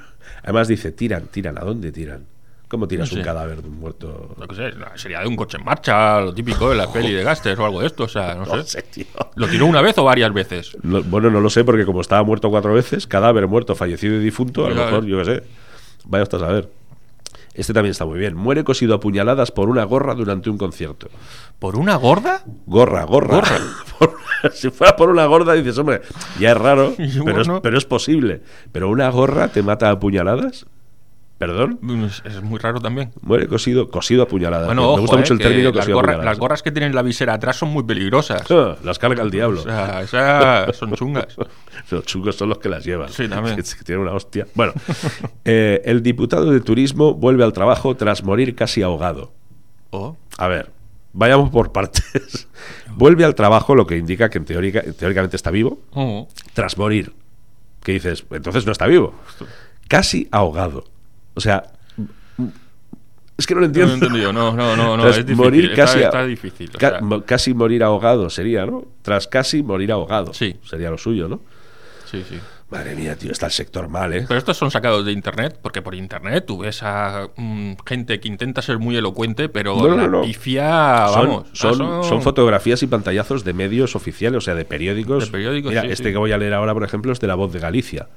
[SPEAKER 1] Además dice, tiran, tiran. ¿A dónde tiran? ¿Cómo tiras
[SPEAKER 2] No
[SPEAKER 1] un
[SPEAKER 2] sé.
[SPEAKER 1] cadáver de un muerto?
[SPEAKER 2] Lo que sé, sería de un coche en marcha, lo típico de la peli de Gaster o algo de esto. O sea, no sé.
[SPEAKER 1] No sé, tío.
[SPEAKER 2] ¿Lo tiró una vez o varias veces?
[SPEAKER 1] No- bueno, no lo sé porque como estaba muerto cuatro veces, cadáver muerto, fallecido y difunto, a lo
[SPEAKER 2] Claro.
[SPEAKER 1] mejor, yo qué sé. Vaya hasta a ver. Este también está muy bien. Muere cosido a puñaladas por una gorra durante un concierto.
[SPEAKER 2] ¿Por una gorda?
[SPEAKER 1] Gorra, gorra.
[SPEAKER 2] Gorra.
[SPEAKER 1] *laughs* Por- si fuera por una gorda, dices, hombre, ya es raro,
[SPEAKER 2] *laughs* Y
[SPEAKER 1] pero, es,
[SPEAKER 2] bueno.
[SPEAKER 1] pero es posible. Pero una gorra te mata a puñaladas. ¿Perdón?
[SPEAKER 2] Mm, Es, es muy raro también.
[SPEAKER 1] Muere cosido, cosido a puñaladas.
[SPEAKER 2] Bueno,
[SPEAKER 1] Ah, Me
[SPEAKER 2] ojo,
[SPEAKER 1] gusta mucho
[SPEAKER 2] eh,
[SPEAKER 1] el
[SPEAKER 2] que
[SPEAKER 1] término
[SPEAKER 2] las,
[SPEAKER 1] cosido a
[SPEAKER 2] gorra-
[SPEAKER 1] puñaladas.
[SPEAKER 2] las gorras que tienen la visera atrás son muy peligrosas.
[SPEAKER 1] *laughs* Ah, las carga el diablo.
[SPEAKER 2] O sea, esas
[SPEAKER 1] *laughs*
[SPEAKER 2] son chungas.
[SPEAKER 1] Los chungos son los que las llevan.
[SPEAKER 2] Sí, también.
[SPEAKER 1] *laughs* Que, que tienen una hostia. Bueno, *laughs* eh, el diputado de turismo vuelve al trabajo tras morir casi ahogado.
[SPEAKER 2] Oh,
[SPEAKER 1] A ver, vayamos por partes. *laughs* vuelve al trabajo, lo que indica que en teórica- teóricamente está vivo,
[SPEAKER 2] oh,
[SPEAKER 1] tras morir. Que dices, entonces no está vivo. Casi ahogado. O sea, es que no lo
[SPEAKER 2] No lo
[SPEAKER 1] entiendo.
[SPEAKER 2] he entendido. No, no, no. no,
[SPEAKER 1] Tras
[SPEAKER 2] es difícil.
[SPEAKER 1] morir
[SPEAKER 2] está,
[SPEAKER 1] casi, a-
[SPEAKER 2] está difícil. o
[SPEAKER 1] ca-
[SPEAKER 2] sea,
[SPEAKER 1] mo- casi morir ahogado sería, ¿no? Tras casi morir ahogado.
[SPEAKER 2] Sí.
[SPEAKER 1] Sería lo suyo, ¿no?
[SPEAKER 2] sí, sí.
[SPEAKER 1] Madre mía, tío, está el sector mal, ¿eh?
[SPEAKER 2] Pero estos son sacados de internet, porque por internet tú ves a mm, gente que intenta ser muy elocuente, pero
[SPEAKER 1] No, no,
[SPEAKER 2] la
[SPEAKER 1] no.
[SPEAKER 2] pifia,
[SPEAKER 1] Son,
[SPEAKER 2] vamos.
[SPEAKER 1] son-
[SPEAKER 2] ah,
[SPEAKER 1] son fotografías y pantallazos de medios oficiales, o sea, de periódicos.
[SPEAKER 2] De periódicos,
[SPEAKER 1] Mira,
[SPEAKER 2] sí,
[SPEAKER 1] este
[SPEAKER 2] sí.
[SPEAKER 1] que voy a leer ahora, por ejemplo, es de La Voz de Galicia.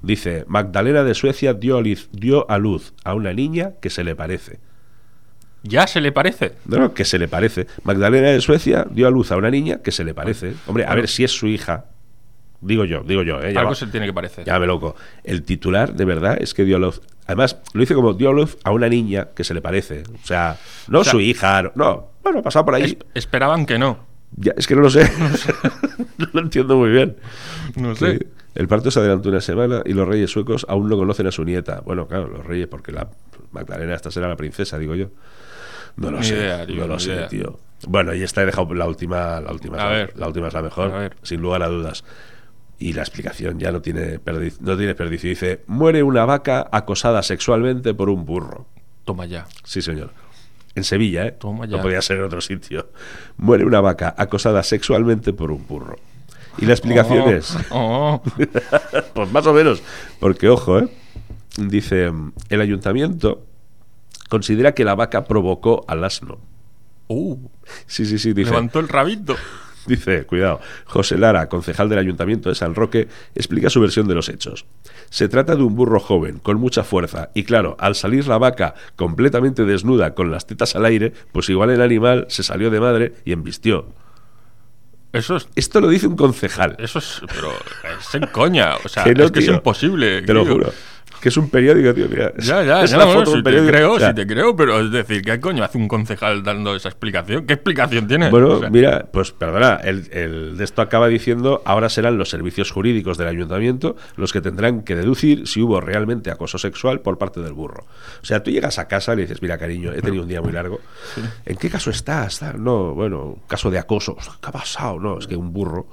[SPEAKER 1] Dice, Magdalena de Suecia dio a, liz- dio a luz a una niña que se le parece.
[SPEAKER 2] Ya se le parece.
[SPEAKER 1] No, no, que se le parece. Magdalena de Suecia dio a luz a una niña que se le parece. Hombre, a ver si es su hija. Digo yo, digo yo, ¿eh? Ya
[SPEAKER 2] Algo
[SPEAKER 1] va-
[SPEAKER 2] se tiene que parecer.
[SPEAKER 1] Llámame loco. El titular, de verdad, es que dio a luz. Además, lo hice como dio a luz a una niña que se le parece. O sea, no
[SPEAKER 2] O sea,
[SPEAKER 1] su hija, no- no. Bueno, ha pasado por ahí.
[SPEAKER 2] Es- esperaban que no.
[SPEAKER 1] Ya, es que no lo sé. *laughs* no lo entiendo muy bien.
[SPEAKER 2] No
[SPEAKER 1] Que El parto se adelantó una semana y los reyes suecos aún no conocen a su nieta. Bueno, claro, los reyes, porque la Magdalena esta será la princesa, digo yo. No lo
[SPEAKER 2] Ni
[SPEAKER 1] sé.
[SPEAKER 2] idea, tío,
[SPEAKER 1] no lo
[SPEAKER 2] ni
[SPEAKER 1] sé,
[SPEAKER 2] idea.
[SPEAKER 1] tío. Bueno, y esta he dejado la última, la última, es
[SPEAKER 2] A
[SPEAKER 1] la-
[SPEAKER 2] ver.
[SPEAKER 1] la última es la mejor,
[SPEAKER 2] A ver.
[SPEAKER 1] sin lugar a dudas. Y la explicación ya no tiene perdiz, no tiene perdicio. Dice, muere una vaca acosada sexualmente por un burro.
[SPEAKER 2] Toma ya.
[SPEAKER 1] Sí, señor. En Sevilla, ¿eh?
[SPEAKER 2] Toma
[SPEAKER 1] No
[SPEAKER 2] ya.
[SPEAKER 1] podía ser en otro sitio. Muere una vaca acosada sexualmente por un burro. Y la explicación
[SPEAKER 2] Oh,
[SPEAKER 1] es,
[SPEAKER 2] oh, oh.
[SPEAKER 1] pues más o menos, porque ojo, ¿eh? Dice, el ayuntamiento considera que la vaca provocó al asno.
[SPEAKER 2] Uh,
[SPEAKER 1] Sí, sí, sí, *laughs* dice.
[SPEAKER 2] levantó el rabito.
[SPEAKER 1] Dice, cuidado, José Lara, concejal del Ayuntamiento de San Roque, explica su versión de los hechos. Se trata de un burro joven, con mucha fuerza, y claro, al salir la vaca completamente desnuda, con las tetas al aire, pues igual el animal se salió de madre y embistió.
[SPEAKER 2] Eso es.
[SPEAKER 1] Esto lo dice un concejal.
[SPEAKER 2] Eso es. Pero es en coña. O sea,
[SPEAKER 1] Que no,
[SPEAKER 2] es que
[SPEAKER 1] tío.
[SPEAKER 2] es imposible.
[SPEAKER 1] Te lo
[SPEAKER 2] tío.
[SPEAKER 1] juro. Que es un periódico, tío. mira.
[SPEAKER 2] Ya, ya,
[SPEAKER 1] Es
[SPEAKER 2] ya,
[SPEAKER 1] la
[SPEAKER 2] bueno,
[SPEAKER 1] foto de
[SPEAKER 2] si
[SPEAKER 1] un
[SPEAKER 2] te
[SPEAKER 1] periódico.
[SPEAKER 2] creo,
[SPEAKER 1] O sea,
[SPEAKER 2] si te creo, pero es decir, ¿qué coño hace un concejal dando esa explicación? ¿Qué explicación tiene?
[SPEAKER 1] Bueno,
[SPEAKER 2] O sea,
[SPEAKER 1] mira, pues perdona, el, el de esto acaba diciendo, ahora serán los servicios jurídicos del ayuntamiento los que tendrán que deducir si hubo realmente acoso sexual por parte del burro. O sea, tú llegas a casa y le dices, mira, cariño, he tenido un día muy largo. ¿En qué caso estás? Tal, No, bueno, caso de acoso. Ostras, ¿Qué ha pasado? No, es que un burro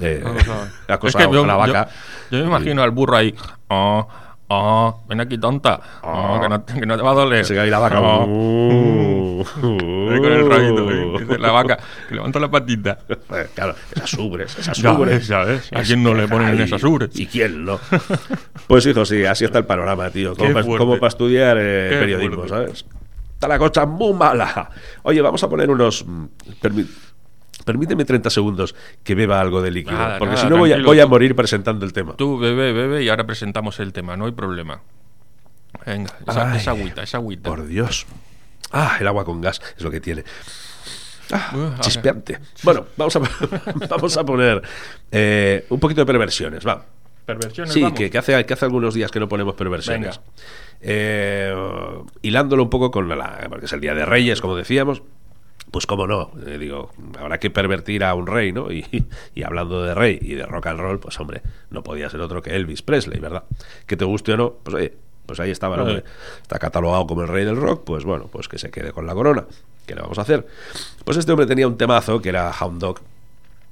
[SPEAKER 1] eh,
[SPEAKER 2] no lo sabe.
[SPEAKER 1] *laughs* ha acosado
[SPEAKER 2] Es que yo-
[SPEAKER 1] a la vaca.
[SPEAKER 2] Yo, yo me imagino al burro ahí. Oh, oh, ven aquí, tonta. Oh, que, no, que no te va a doler.
[SPEAKER 1] Se cae la vaca.
[SPEAKER 2] Oh, ahí con el rabito.
[SPEAKER 1] Uh.
[SPEAKER 2] eh, que es la vaca, que levanta la patita.
[SPEAKER 1] Eh, Claro, esas ubres, esas
[SPEAKER 2] Ya
[SPEAKER 1] ubres.
[SPEAKER 2] ves, ya ves. ¿A quién no le ponen
[SPEAKER 1] Ay,
[SPEAKER 2] esas ubres?
[SPEAKER 1] ¿Y quién
[SPEAKER 2] *laughs*
[SPEAKER 1] no? Pues hijo, sí, así está el panorama, tío. Como
[SPEAKER 2] Qué
[SPEAKER 1] para
[SPEAKER 2] fuerte.
[SPEAKER 1] estudiar eh,
[SPEAKER 2] Qué
[SPEAKER 1] periodismo,
[SPEAKER 2] fuerte.
[SPEAKER 1] ¿sabes? Está la cosa muy mala. Oye, vamos a poner unos... mm, permi- Permíteme 30 segundos que beba algo de líquido,
[SPEAKER 2] Nada,
[SPEAKER 1] porque
[SPEAKER 2] nada,
[SPEAKER 1] si no voy a,
[SPEAKER 2] tranquilo,
[SPEAKER 1] voy a
[SPEAKER 2] tú.
[SPEAKER 1] morir presentando el tema.
[SPEAKER 2] Tú bebe, bebe y ahora presentamos el tema, no hay problema. Venga, esa,
[SPEAKER 1] Ay,
[SPEAKER 2] esa agüita, esa agüita.
[SPEAKER 1] Por Dios. Ah, el agua con gas es lo que tiene. Ah,
[SPEAKER 2] Uh, ahora.
[SPEAKER 1] chispeante. Bueno, vamos a, *laughs* vamos a poner eh, un poquito de perversiones, va.
[SPEAKER 2] Perversiones,
[SPEAKER 1] Sí,
[SPEAKER 2] vamos.
[SPEAKER 1] que, que hace, que hace algunos días que no ponemos perversiones.
[SPEAKER 2] Venga.
[SPEAKER 1] Eh, hilándolo un poco con la- la. Porque es el Día de Reyes, como decíamos. Pues cómo no, Eh, digo, habrá que pervertir a un rey, ¿no? *laughs* Y, y hablando de rey y de rock and roll, pues hombre, no podía ser otro que Elvis Presley, ¿verdad? Que te guste o no, pues oye, pues ahí estaba, el hombre.
[SPEAKER 2] Oye.
[SPEAKER 1] Está catalogado como el rey del rock, pues bueno, pues que se quede con la corona. ¿Qué le vamos a hacer? Pues este hombre tenía un temazo que era Hound Dog,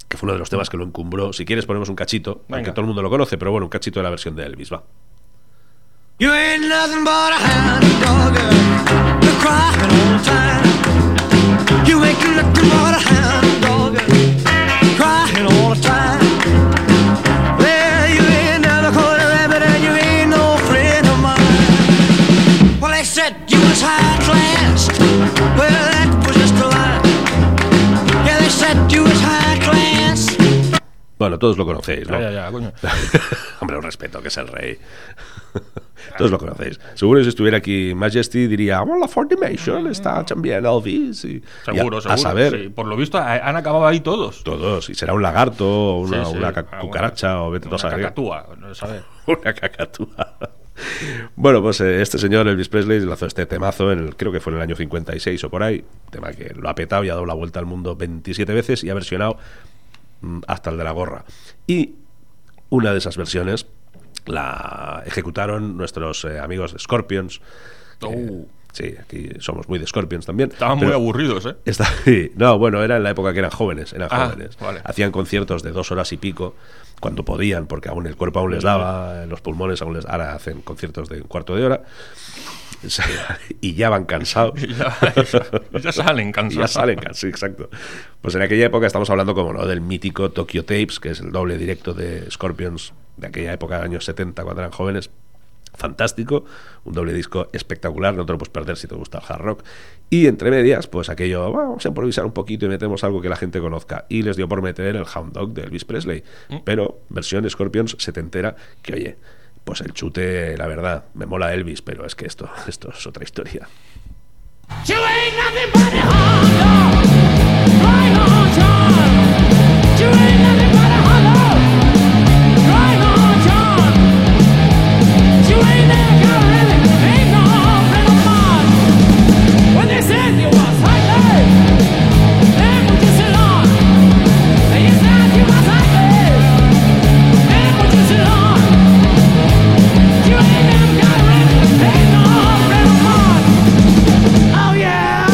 [SPEAKER 1] que fue uno de los temas que lo encumbró. Si quieres ponemos un cachito,
[SPEAKER 2] Venga.
[SPEAKER 1] aunque todo el mundo lo conoce, pero bueno, un cachito de la versión de Elvis, va.
[SPEAKER 5] You ain't nothing but a hound dog, uh, you're crying all the time. You ain't nothing but a hound dog, uh, crying all the time. Well, you ain't never caught a rabbit and you ain't no friend of mine. Well, they said you was high class. Well, that was just a lie. Yeah, they said you was high class.
[SPEAKER 1] Bueno, todos lo conocéis, ¿no? *laughs*
[SPEAKER 2] Ya, ya, ya, coño.
[SPEAKER 1] Hombre, un respeto, que es el rey. *laughs* todos lo conocéis. Seguro si estuviera aquí Majesty diría, well, la Four Dimension está también Elvis. Y,
[SPEAKER 2] Mm.
[SPEAKER 1] y
[SPEAKER 2] Seguro,
[SPEAKER 1] a,
[SPEAKER 2] seguro.
[SPEAKER 1] A saber,
[SPEAKER 2] sí. Por lo visto a- han acabado ahí todos.
[SPEAKER 1] todos. Y será un lagarto, o
[SPEAKER 2] Sí,
[SPEAKER 1] una,
[SPEAKER 2] sí.
[SPEAKER 1] una ca-
[SPEAKER 2] Ah, bueno.
[SPEAKER 1] cucaracha, o vete tú a
[SPEAKER 2] Una
[SPEAKER 1] saber qué.
[SPEAKER 2] cacatúa, no sabes.
[SPEAKER 1] *laughs* Una cacatúa. Bueno, pues eh, este señor Elvis Presley lanzó este temazo, en el, creo que fue en el año 56 o por ahí, tema que lo ha petado y ha dado la vuelta al mundo 27 veces y ha versionado mm, hasta el de la gorra. Y una de esas versiones la ejecutaron nuestros eh, amigos de Scorpions. que-
[SPEAKER 2] Oh.
[SPEAKER 1] sí, aquí somos muy de Scorpions también.
[SPEAKER 2] Estaban muy
[SPEAKER 1] pero-
[SPEAKER 2] aburridos,
[SPEAKER 1] *laughs*
[SPEAKER 2] ¿eh?
[SPEAKER 1] Está- sí. no, bueno, era en la época que eran jóvenes, eran
[SPEAKER 2] Ah,
[SPEAKER 1] jóvenes.
[SPEAKER 2] vale.
[SPEAKER 1] Hacían conciertos de dos horas y pico cuando podían, porque aún el cuerpo aún les daba, eh, los pulmones aún les ahora hacen conciertos de un cuarto de hora. *laughs* y ya van cansados.
[SPEAKER 2] Y ya, *laughs* ya salen
[SPEAKER 1] Y
[SPEAKER 2] cansados.
[SPEAKER 1] *laughs* ya salen, sí, exacto. Pues en aquella época estamos hablando, como no, del mítico Tokyo Tapes, que es el doble directo de Scorpions de aquella época, de años 70, cuando eran jóvenes. Fantástico, un doble disco espectacular, no te lo puedes perder si te gusta el hard rock. Y entre medias, pues aquello, "Bueno, vamos a improvisar un poquito y metemos algo que la gente conozca. Y les dio por meter el Hound Dog de Elvis Presley, pero versión Scorpions setentera, que oye, pues el chute, la verdad, me mola Elvis, pero es que esto, *laughs* esto es otra historia.
[SPEAKER 6] You ain't nothing but a hot dog. Cry on John. You ain't nothing but a hot dog. Cry on John. You ain't never gonna have it. Ain't no friend of mine. When they said you was hot dog, they put you salon. They said you was hot dog, they put you salon. You ain't never gonna have it. Ain't no friend of mine. Oh yeah!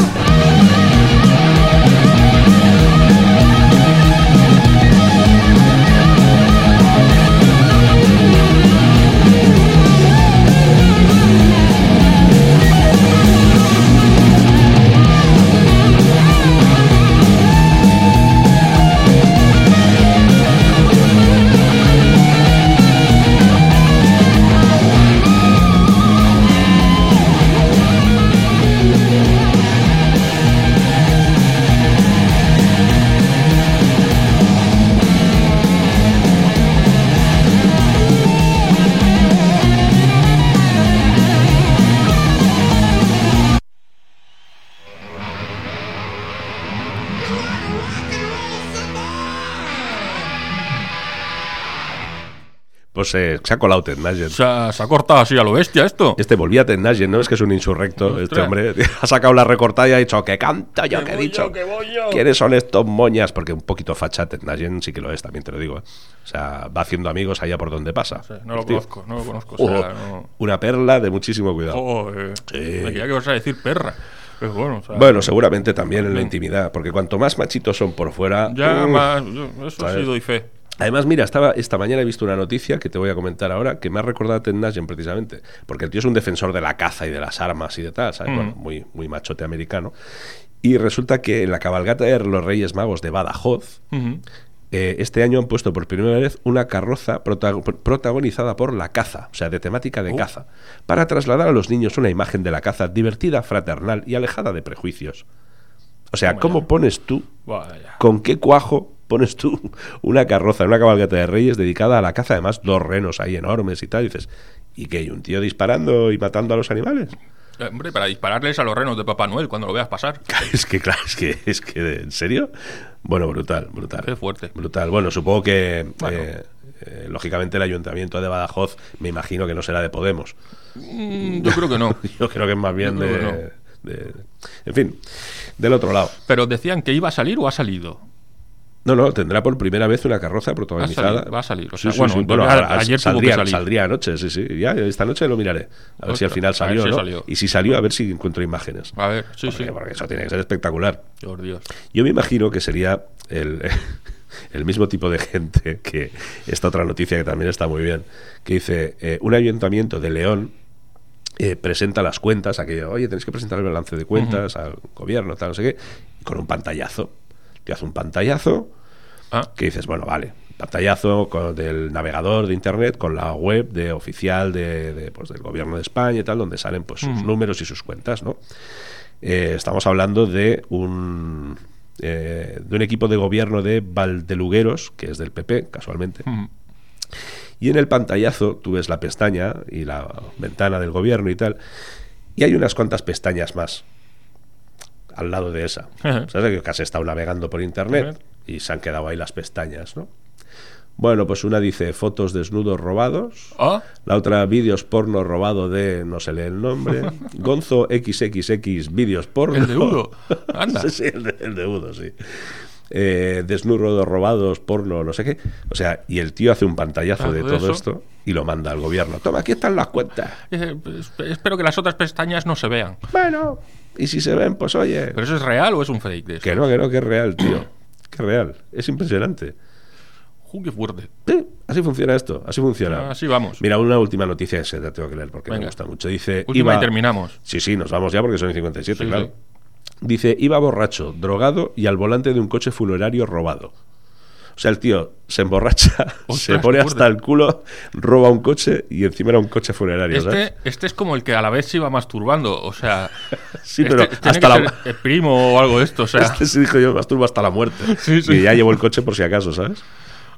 [SPEAKER 1] Pues eh, se ha colado Ted Nugent.
[SPEAKER 2] Se ha, se ha cortado así a lo bestia esto.
[SPEAKER 1] Este volvía a Ted Nugent, ¿no? Es que es un insurrecto, este
[SPEAKER 2] Ostras.
[SPEAKER 1] hombre. *laughs* Ha sacado la recortada y ha dicho, que canto yo,
[SPEAKER 2] Que
[SPEAKER 1] que he
[SPEAKER 2] voy
[SPEAKER 1] dicho.
[SPEAKER 2] yo, que voy yo".
[SPEAKER 1] ¿Quiénes son estos moñas? Porque un poquito facha Ted Nugent sí que lo es, también te lo digo. ¿eh? O sea, va haciendo amigos allá por donde pasa.
[SPEAKER 2] No lo
[SPEAKER 1] El tío.
[SPEAKER 2] conozco, no lo conozco. O sea,
[SPEAKER 1] Oh,
[SPEAKER 2] no-
[SPEAKER 1] Una perla de muchísimo cuidado.
[SPEAKER 2] Joder,
[SPEAKER 1] Sí.
[SPEAKER 2] me creía que vas a decir perra. Pero bueno, o sea,
[SPEAKER 1] Bueno, seguramente también en la intimidad, porque cuanto más machitos son por fuera...
[SPEAKER 2] Ya
[SPEAKER 1] mm,
[SPEAKER 2] más, yo- eso ha
[SPEAKER 1] Vale.
[SPEAKER 2] sido y fe.
[SPEAKER 1] Además, mira, estaba, esta mañana he visto una noticia que te voy a comentar ahora que me ha recordado a Ted Nugent precisamente, porque el tío es un defensor de la caza y de las armas y de tal, ¿sabes?
[SPEAKER 2] Mm.
[SPEAKER 1] Bueno, muy, muy machote americano. Y resulta que en la cabalgata de los Reyes Magos de Badajoz,
[SPEAKER 2] Ujú.
[SPEAKER 1] eh, este año han puesto por primera vez una carroza protago- protagonizada por la caza, o sea, de temática de
[SPEAKER 2] Oh.
[SPEAKER 1] caza, para trasladar a los niños una imagen de la caza divertida, fraternal y alejada de prejuicios. O sea,
[SPEAKER 2] Toma
[SPEAKER 1] ¿cómo
[SPEAKER 2] ya.
[SPEAKER 1] pones tú
[SPEAKER 2] Vaya.
[SPEAKER 1] ¿Con qué cuajo pones tú una carroza en una cabalgata de reyes dedicada a la caza? Además, dos renos ahí enormes y tal. Y dices, ¿y qué? ¿Y un tío disparando y matando a los animales? *laughs*
[SPEAKER 2] Eh, Hombre, para dispararles a los renos de Papá Noel cuando lo veas pasar.
[SPEAKER 1] Es que, claro, es que, es que, ¿en serio? Bueno, brutal, brutal.
[SPEAKER 2] Qué fuerte.
[SPEAKER 1] Brutal. Bueno, supongo que,
[SPEAKER 2] Bueno.
[SPEAKER 1] eh, eh, lógicamente, el ayuntamiento de Badajoz me imagino que no será de Podemos. *laughs*
[SPEAKER 2] Mm, Yo creo que no.
[SPEAKER 1] Yo creo que es más bien
[SPEAKER 2] Yo
[SPEAKER 1] de,
[SPEAKER 2] creo
[SPEAKER 1] de- En fin, del otro lado.
[SPEAKER 2] Pero decían que iba a salir o ha salido.
[SPEAKER 1] No, no, tendrá por primera vez una carroza protagonizada.
[SPEAKER 2] salir, va a salir, o sea, bueno, ya
[SPEAKER 1] ahora
[SPEAKER 2] ayer tuvo que
[SPEAKER 1] saldría,
[SPEAKER 2] salir.
[SPEAKER 1] saldría anoche, sí, sí. Ya esta noche lo miraré. A ver si al
[SPEAKER 2] Ostras,
[SPEAKER 1] final
[SPEAKER 2] a ver
[SPEAKER 1] salió,
[SPEAKER 2] si
[SPEAKER 1] ¿no?
[SPEAKER 2] salió.
[SPEAKER 1] Y si salió, a ver si encuentro imágenes.
[SPEAKER 2] A ver, sí,
[SPEAKER 1] porque,
[SPEAKER 2] sí.
[SPEAKER 1] porque eso tiene que ser espectacular.
[SPEAKER 2] Dios, Dios.
[SPEAKER 1] Yo me imagino que sería el, *laughs* el mismo tipo de gente que esta otra noticia que también está muy bien, que dice, eh, un ayuntamiento de León eh, presenta las cuentas, aquello, oye, tenéis que presentar el balance de cuentas al gobierno, tal, no sé qué, y con un pantallazo. Te hace un pantallazo
[SPEAKER 2] Ah,
[SPEAKER 1] que dices, bueno, vale, pantallazo con- del navegador de internet con la web de oficial de, de, pues, del gobierno de España y tal, donde salen pues sus
[SPEAKER 2] Ujú.
[SPEAKER 1] números y sus cuentas, ¿no? Eh, estamos hablando de un eh, de un equipo de gobierno de Valdelugueros, que es del PP, casualmente,
[SPEAKER 2] mm,
[SPEAKER 1] y en el pantallazo tú ves la pestaña y la ventana del gobierno y tal. Y hay unas cuantas pestañas más al lado de esa.
[SPEAKER 2] Ajá.
[SPEAKER 1] ¿Sabes? Que casi estado navegando por internet
[SPEAKER 2] Ajá.
[SPEAKER 1] y se han quedado ahí las pestañas, ¿no? Bueno, pues una dice fotos desnudos robados.
[SPEAKER 2] ah,
[SPEAKER 1] La otra, vídeos porno robado de no se lee el
[SPEAKER 2] *laughs*
[SPEAKER 1] nombre. Gonzo XXX, vídeos porno.
[SPEAKER 2] El de Udo. Anda.
[SPEAKER 1] *laughs* sí, sí, el de, el de Udo, sí. Eh, desnudos robados, porno, no sé qué. O sea, y el tío hace un pantallazo
[SPEAKER 2] Ah,
[SPEAKER 1] de
[SPEAKER 2] ¿de
[SPEAKER 1] todo
[SPEAKER 2] eso?
[SPEAKER 1] esto y lo manda al gobierno. Toma, aquí están las cuentas.
[SPEAKER 2] eh, esp- espero que las otras pestañas no se vean.
[SPEAKER 1] Bueno, y si se ven, pues oye.
[SPEAKER 2] ¿Pero eso es real o es un fake? De eso?
[SPEAKER 1] Que no, que no, que es real, tío. Que es real. Es impresionante.
[SPEAKER 2] Ju, qué fuerte.
[SPEAKER 1] Sí, Así funciona esto, así funciona.
[SPEAKER 2] Así vamos.
[SPEAKER 1] Mira, una última noticia que se la tengo que leer porque me
[SPEAKER 2] Venga.
[SPEAKER 1] gusta mucho. Dice.
[SPEAKER 2] Última
[SPEAKER 1] iba-
[SPEAKER 2] y terminamos.
[SPEAKER 1] Sí, sí, nos vamos ya porque son y 57,
[SPEAKER 2] Sí,
[SPEAKER 1] claro.
[SPEAKER 2] sí.
[SPEAKER 1] Dice, iba borracho, drogado y al volante de un coche funerario robado. O sea, el tío se emborracha, se
[SPEAKER 2] *laughs* Ostras,
[SPEAKER 1] pone
[SPEAKER 2] qué
[SPEAKER 1] hasta
[SPEAKER 2] burda.
[SPEAKER 1] el culo, roba un coche y encima era un coche funerario, ¿sabes?
[SPEAKER 2] Este, este es como el que a la vez se iba masturbando, o sea...
[SPEAKER 1] *laughs* Sí,
[SPEAKER 2] este-
[SPEAKER 1] pero
[SPEAKER 2] tiene
[SPEAKER 1] hasta
[SPEAKER 2] que
[SPEAKER 1] la-
[SPEAKER 2] ser el primo o algo de esto, o sea...
[SPEAKER 1] *laughs* Este se dijo yo, masturbo hasta la muerte.
[SPEAKER 2] Sí, sí.
[SPEAKER 1] Y ya llevo el coche por si acaso, ¿sabes?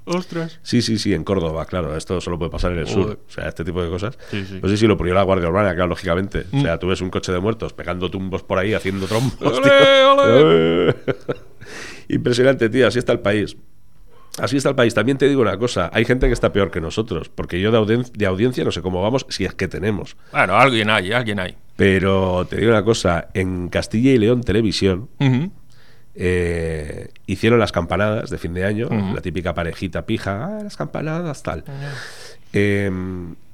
[SPEAKER 2] Ostras.
[SPEAKER 1] Sí, sí, sí, en Córdoba, claro. Esto solo puede pasar en el
[SPEAKER 2] Joder.
[SPEAKER 1] sur. O sea, este tipo de cosas.
[SPEAKER 2] Sí, sí.
[SPEAKER 1] Pues sí, sí, lo prohibió la Guardia Urbana, claro, lógicamente. O
[SPEAKER 2] Mm.
[SPEAKER 1] sea, tú ves un coche de muertos pegando tumbos por ahí, haciendo trombos.
[SPEAKER 2] *laughs* ¡Ole,
[SPEAKER 1] tío. *laughs*
[SPEAKER 2] ole!
[SPEAKER 1] Impresionante, tío. Así está el país. Así está el país. También te digo una cosa. Hay gente que está peor que nosotros. Porque yo de, audien- de audiencia no sé cómo vamos, si es que tenemos.
[SPEAKER 2] Bueno, alguien hay, alguien hay.
[SPEAKER 1] Pero te digo una cosa. En Castilla y León Televisión
[SPEAKER 2] Ujú.
[SPEAKER 1] eh, hicieron las campanadas de fin de año,
[SPEAKER 2] Ujú.
[SPEAKER 1] la típica parejita pija, "Ah, las campanadas, tal. Eh,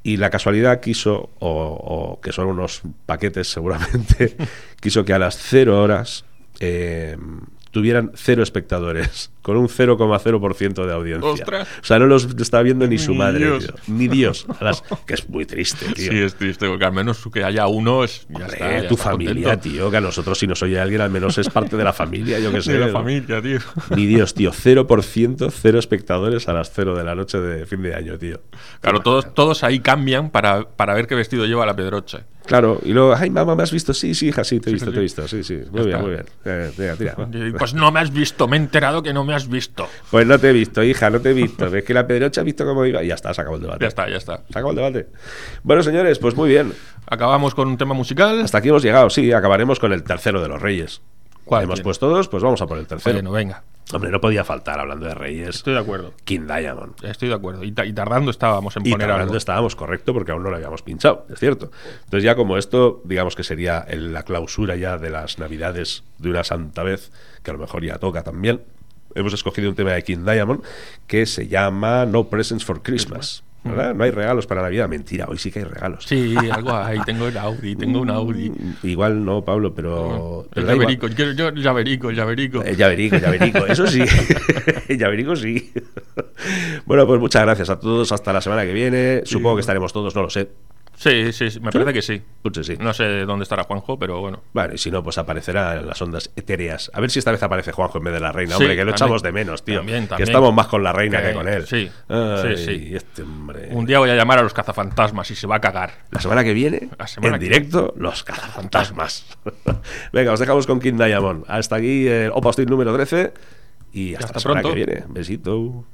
[SPEAKER 1] y la casualidad quiso, o, o que son unos paquetes seguramente,
[SPEAKER 2] *laughs*
[SPEAKER 1] quiso que a las cero horas eh, tuvieran cero espectadores, con un 0,0% de audiencia.
[SPEAKER 2] Ostras.
[SPEAKER 1] O sea, no los está viendo ni su
[SPEAKER 2] Ni
[SPEAKER 1] madre,
[SPEAKER 2] Dios.
[SPEAKER 1] tío. ni Dios. A
[SPEAKER 2] *laughs*
[SPEAKER 1] las- que es muy triste, tío.
[SPEAKER 2] Sí, es triste, porque al menos que haya uno es... Ya
[SPEAKER 1] Hombre,
[SPEAKER 2] está, ya
[SPEAKER 1] tu
[SPEAKER 2] está
[SPEAKER 1] familia,
[SPEAKER 2] contento.
[SPEAKER 1] tío, que a nosotros si nos oye alguien al menos es parte de la familia, yo que sé.
[SPEAKER 2] De la
[SPEAKER 1] ¿no?
[SPEAKER 2] familia, tío.
[SPEAKER 1] Ni Dios, tío. 0%, cero espectadores a las 0 de la noche de fin de año, tío.
[SPEAKER 2] Claro, todos, todos ahí cambian para, para ver qué vestido lleva la Pedroche.
[SPEAKER 1] Claro, y luego, ay, mamá, ¿me has visto? Sí, sí, hija, sí, te he
[SPEAKER 2] Sí,
[SPEAKER 1] visto,
[SPEAKER 2] sí,
[SPEAKER 1] te he visto, sí, sí.
[SPEAKER 2] Ya
[SPEAKER 1] Muy bien,
[SPEAKER 2] está.
[SPEAKER 1] muy bien. Eh, tira, tira, va.
[SPEAKER 2] *laughs* Y, Pues no me has visto, me he enterado que no me has visto.
[SPEAKER 1] Pues no te he visto, hija, no te he visto. Es que la pedrocha ha visto cómo iba. Y ya está, se acabó el debate.
[SPEAKER 2] Ya está, ya está.
[SPEAKER 1] Se acabó el debate. Bueno, señores, pues muy bien.
[SPEAKER 2] Acabamos con un tema musical.
[SPEAKER 1] Hasta aquí hemos llegado. Sí, acabaremos con el tercero de los reyes.
[SPEAKER 2] ¿Cuál
[SPEAKER 1] Hemos
[SPEAKER 2] tiene?
[SPEAKER 1] puesto dos, pues vamos a por el tercero.
[SPEAKER 2] Bueno, venga.
[SPEAKER 1] Hombre, no podía faltar hablando de reyes.
[SPEAKER 2] Estoy de acuerdo.
[SPEAKER 1] King Diamond.
[SPEAKER 2] Estoy de acuerdo. Y, ta- y tardando estábamos en
[SPEAKER 1] Y
[SPEAKER 2] poner
[SPEAKER 1] hablando
[SPEAKER 2] algo.
[SPEAKER 1] estábamos correcto porque aún no lo habíamos pinchado, es cierto. Entonces ya como esto, digamos que sería el- la clausura ya de las navidades de una santa vez, que a lo mejor ya toca también, hemos escogido un tema de King Diamond que se llama No Presents for Christmas. ¿verdad? No hay regalos para Navidad. Mentira, hoy sí que hay regalos.
[SPEAKER 2] Mm. Sí, algo ahí. Tengo el Audi, tengo un Audi.
[SPEAKER 1] Mm, Igual no, Pablo, pero...
[SPEAKER 2] Ah, El
[SPEAKER 1] pero da igual.
[SPEAKER 2] llaverico, yo, yo el llaverico, el llaverico.
[SPEAKER 1] Eh, Llaverico,
[SPEAKER 2] *laughs*
[SPEAKER 1] llaverico, eso sí. *laughs* llaverico sí. bueno, pues muchas gracias a todos. Hasta la semana que viene. Supongo que estaremos todos, no lo sé.
[SPEAKER 2] Sí, sí, sí, me parece que sí.
[SPEAKER 1] Pues sí.
[SPEAKER 2] No sé dónde estará Juanjo, pero bueno.
[SPEAKER 1] Bueno, y si no, pues aparecerá en las ondas etéreas. A ver si esta vez aparece Juanjo en vez de la reina.
[SPEAKER 2] Sí,
[SPEAKER 1] hombre, que lo
[SPEAKER 2] también.
[SPEAKER 1] echamos de menos, tío.
[SPEAKER 2] También,
[SPEAKER 1] Que
[SPEAKER 2] también.
[SPEAKER 1] estamos más con la reina que,
[SPEAKER 2] Que-
[SPEAKER 1] con él.
[SPEAKER 2] sí,
[SPEAKER 1] Ay,
[SPEAKER 2] sí, sí.
[SPEAKER 1] este hombre.
[SPEAKER 2] Un día voy a llamar a los cazafantasmas y se va a cagar.
[SPEAKER 1] La semana que viene,
[SPEAKER 2] La semana
[SPEAKER 1] en
[SPEAKER 2] que-
[SPEAKER 1] directo, los cazafantasmas. *laughs* Venga, os dejamos con King Diamond. Hasta aquí el Opa Hostil número 13. Y hasta,
[SPEAKER 2] hasta
[SPEAKER 1] la semana
[SPEAKER 2] pronto.
[SPEAKER 1] que viene. Besito.